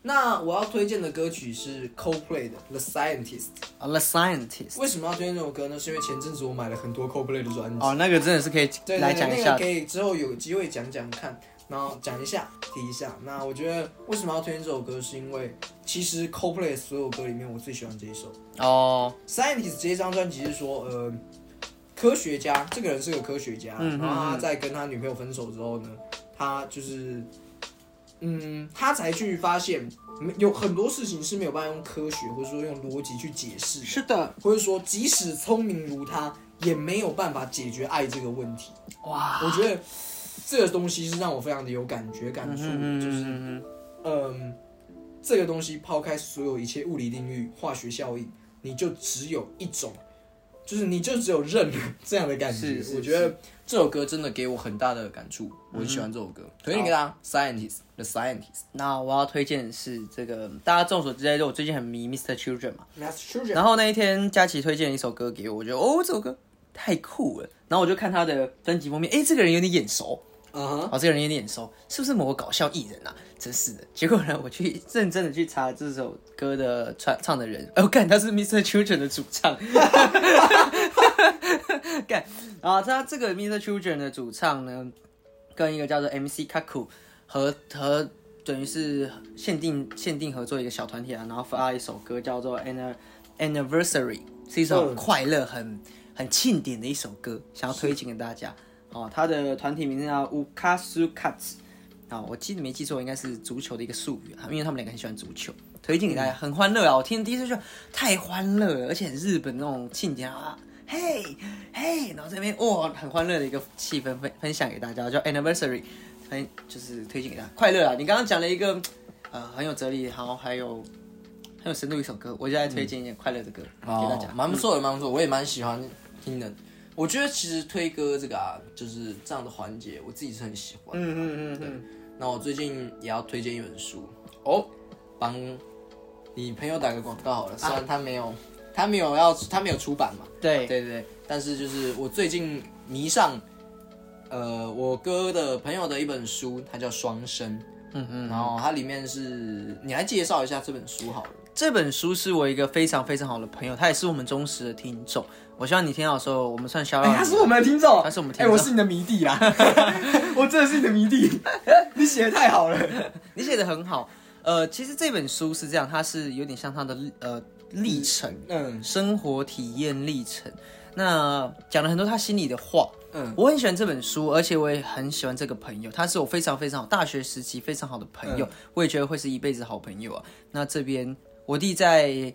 A: 那我要推荐的歌曲是 Coldplay 的《The Scientist》。
B: 啊 The Scientist，
A: 为什么要推荐这首歌呢？是因为前阵子我买了很多 Coldplay 的专辑。
B: 哦，那个真的是可以
A: 嗯对对对
B: 来讲一
A: 那
B: 下
A: 个可以之后有机会讲讲看，然后讲一下提一下。那我觉得为什么要推荐这首歌，是因为其实 Coldplay 的所有歌里面，我最喜欢这一首。
B: 哦，
A: Scientist 这一张专辑是说，呃，科学家，这个人是个科学家，
B: 嗯嗯嗯
A: 然后他在跟他女朋友分手之后呢，他就是，嗯，他才去发现，没有很多事情是没有办法用科学或者说用逻辑去解释的，
B: 是的，
A: 或者说即使聪明如他，也没有办法解决爱这个问题。
B: 哇，
A: 我觉得这个东西是让我非常的有感觉感触，就是
B: 嗯
A: 嗯，这个东西抛开所有一切物理定律、化学效应，你就只有一种，就是你就只有认了这样的感觉
B: 是。是
A: 我觉得嗯
C: 这首歌真的给我很大的感触，我很喜欢这首歌，推荐给大家。Scientist The Scientist，
B: 那我要推荐的是这个，大家众所知道，就我最近很迷 Mr. Children 嘛。
A: Mass Children
B: 然后那一天，佳琪推荐了一首歌给我，我觉得哦，这首歌太酷了。然后我就看他的专辑封面，哎，这个人有点眼熟，
A: 啊，
B: 哦，这个人有点眼熟，是不是某个搞笑艺人啊？真是的。结果呢，我去认真的去查这首歌的传唱的人，哦，干，他是 Mr. Children 的主唱， 干。然后他这个 Mr. Children 的主唱呢，跟一个叫做 MC Kaku 合合，等于是限定限定合作一个小团体啊，然后发一首歌叫做 Anna Anniversary，是一首很快乐、很很庆典的一首歌，想要推荐给大家。哦，他的团体名字叫 Ukasu Cuts，啊、我记得没记错，应该是足球的一个术语啊，因为他们两个很喜欢足球，推荐给大家，很欢乐啊！我听第一次就太欢乐了，而且很日本那种庆典啊，嘿嘿，然后这边哇，很欢乐的一个气氛分分享给大家，叫 Anniversary，分哎就是推荐给大家快乐啊！你刚刚讲了一个呃很有哲理，然后还有很有深度一首歌，我就来推荐一点快乐的歌、给大家
C: 哦，。蛮不错的，蛮不错，我也蛮喜欢听的。我觉得其实推歌这个啊，就是这样的环节，我自己是很喜欢。
B: 嗯嗯嗯嗯，
C: 那我最近也要推荐一本书哦，帮你朋友打个广告好
B: 啊
C: 了，虽然他没有，他没有要，他没有出版嘛，
B: 对，
C: 对对对，但是就是我最近迷上，呃，我哥的朋友的一本书，它叫《双生》，
B: 嗯嗯。
C: 然后它里面是，你来介绍一下这本书好了。
B: 这本书是我一个非常非常好的朋友，他也是我们忠实的听众。我希望你听到的时候，我们算小老、
A: 哎他是我们的听众，
B: 他是我们的
A: 哎、
B: 听众
A: 我是你的迷弟 啦，我真的是你的迷弟，你写的太好了。
B: 你写的很好。呃，其实这本书是这样，它是有点像他的呃历程，
A: 嗯，
B: 生活体验历程。那讲了很多他心里的话，
A: 嗯，
B: 我很喜欢这本书，而且我也很喜欢这个朋友，他是我非常非常好大学时期
A: 嗯
B: 非常好的朋友，我也觉得会是一辈子好朋友啊。那这边我弟在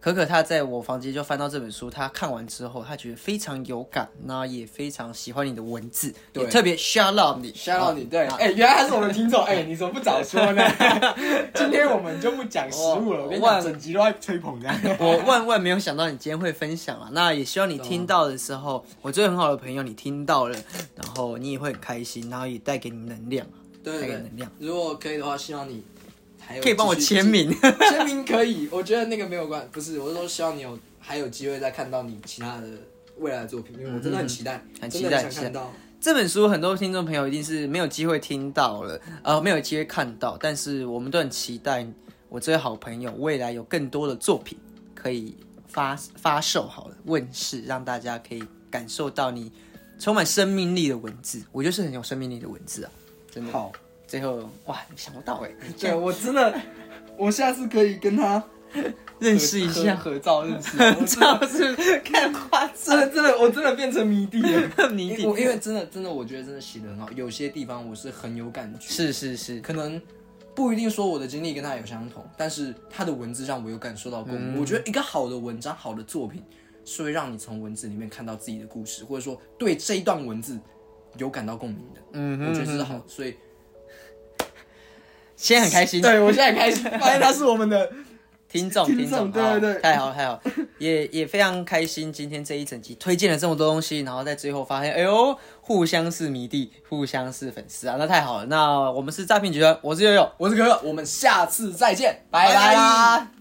B: 可可她在我房间就翻到这本书，她看完之后，她觉得非常有感，那也非常喜欢你的文字，也特别 shout out 你啊
A: 吓到你，对，哎，原来还是我们听众，哎，你怎么不早说呢？ 今天我们就不讲食物了，我跟你讲，
B: 哇
A: 整集都在吹捧这样。
B: 我万万没有想到你今天会分享啊！那也希望你听到的时候，我最很好的朋友你听到了，然后你也会很开心，然后也带给你能量啊，带
A: 对对
B: 给
A: 对
B: 你能量，，
A: 如果可以的话，希望你还有
B: 可以帮我
A: 继续
B: 签，名。
A: 签名可以，我觉得那个没有关，不是，我是说希望你有还有机会再看到你其他的未来的作品，因为我真嗯的很期待，
B: 很
A: 真
B: 期
A: 的
B: 待
A: 想
B: 期待
A: 看到。
B: 这本书很多听众朋友一定是没有机会听到了，呃，没有机会看到，但是我们都很期待我这位好朋友未来有更多的作品可以发发售，好了，问世，让大家可以感受到你充满生命力的文字。我就是很有生命力的文字啊，真的。
A: 好，
B: 最后哇，没想不到哎、欸，
A: 对我真的，我下次可以跟他
B: 认识一下，
A: 合合照认识，我
B: 这样是不是看夸
A: 真
B: 张
A: 的真的，我真的变成迷弟 了。
B: 迷弟
A: 我，因为真的真的，我觉得真的写的很好，有些地方我是很有感觉，
B: 是是是，
A: 可能不一定说我的经历跟他有相同，但是他的文字让我有感受到共鸣。我觉得一个好的文章、好的作品，是会让你从文字里面看到自己的故事，或者说对这一段文字有感到共鸣的。
B: 嗯哼
A: 我觉得这是好，所以
B: 现在很开心，
A: 对我现在很开心，发现他是我们的
B: 听众，
A: 听
B: 听众，
A: 众对
B: 好
A: 对对
B: 太好了，太好了，也也非常开心，今天这一整集推荐了这么多东西，然后在最后发现，哎呦，互相是迷弟，互相是粉丝啊，那太好了，那我们是诈骗集团，我是悠悠，
A: 我是可可，我们下次再见，
B: 拜
A: 拜
B: 拜
A: 拜
B: 啦。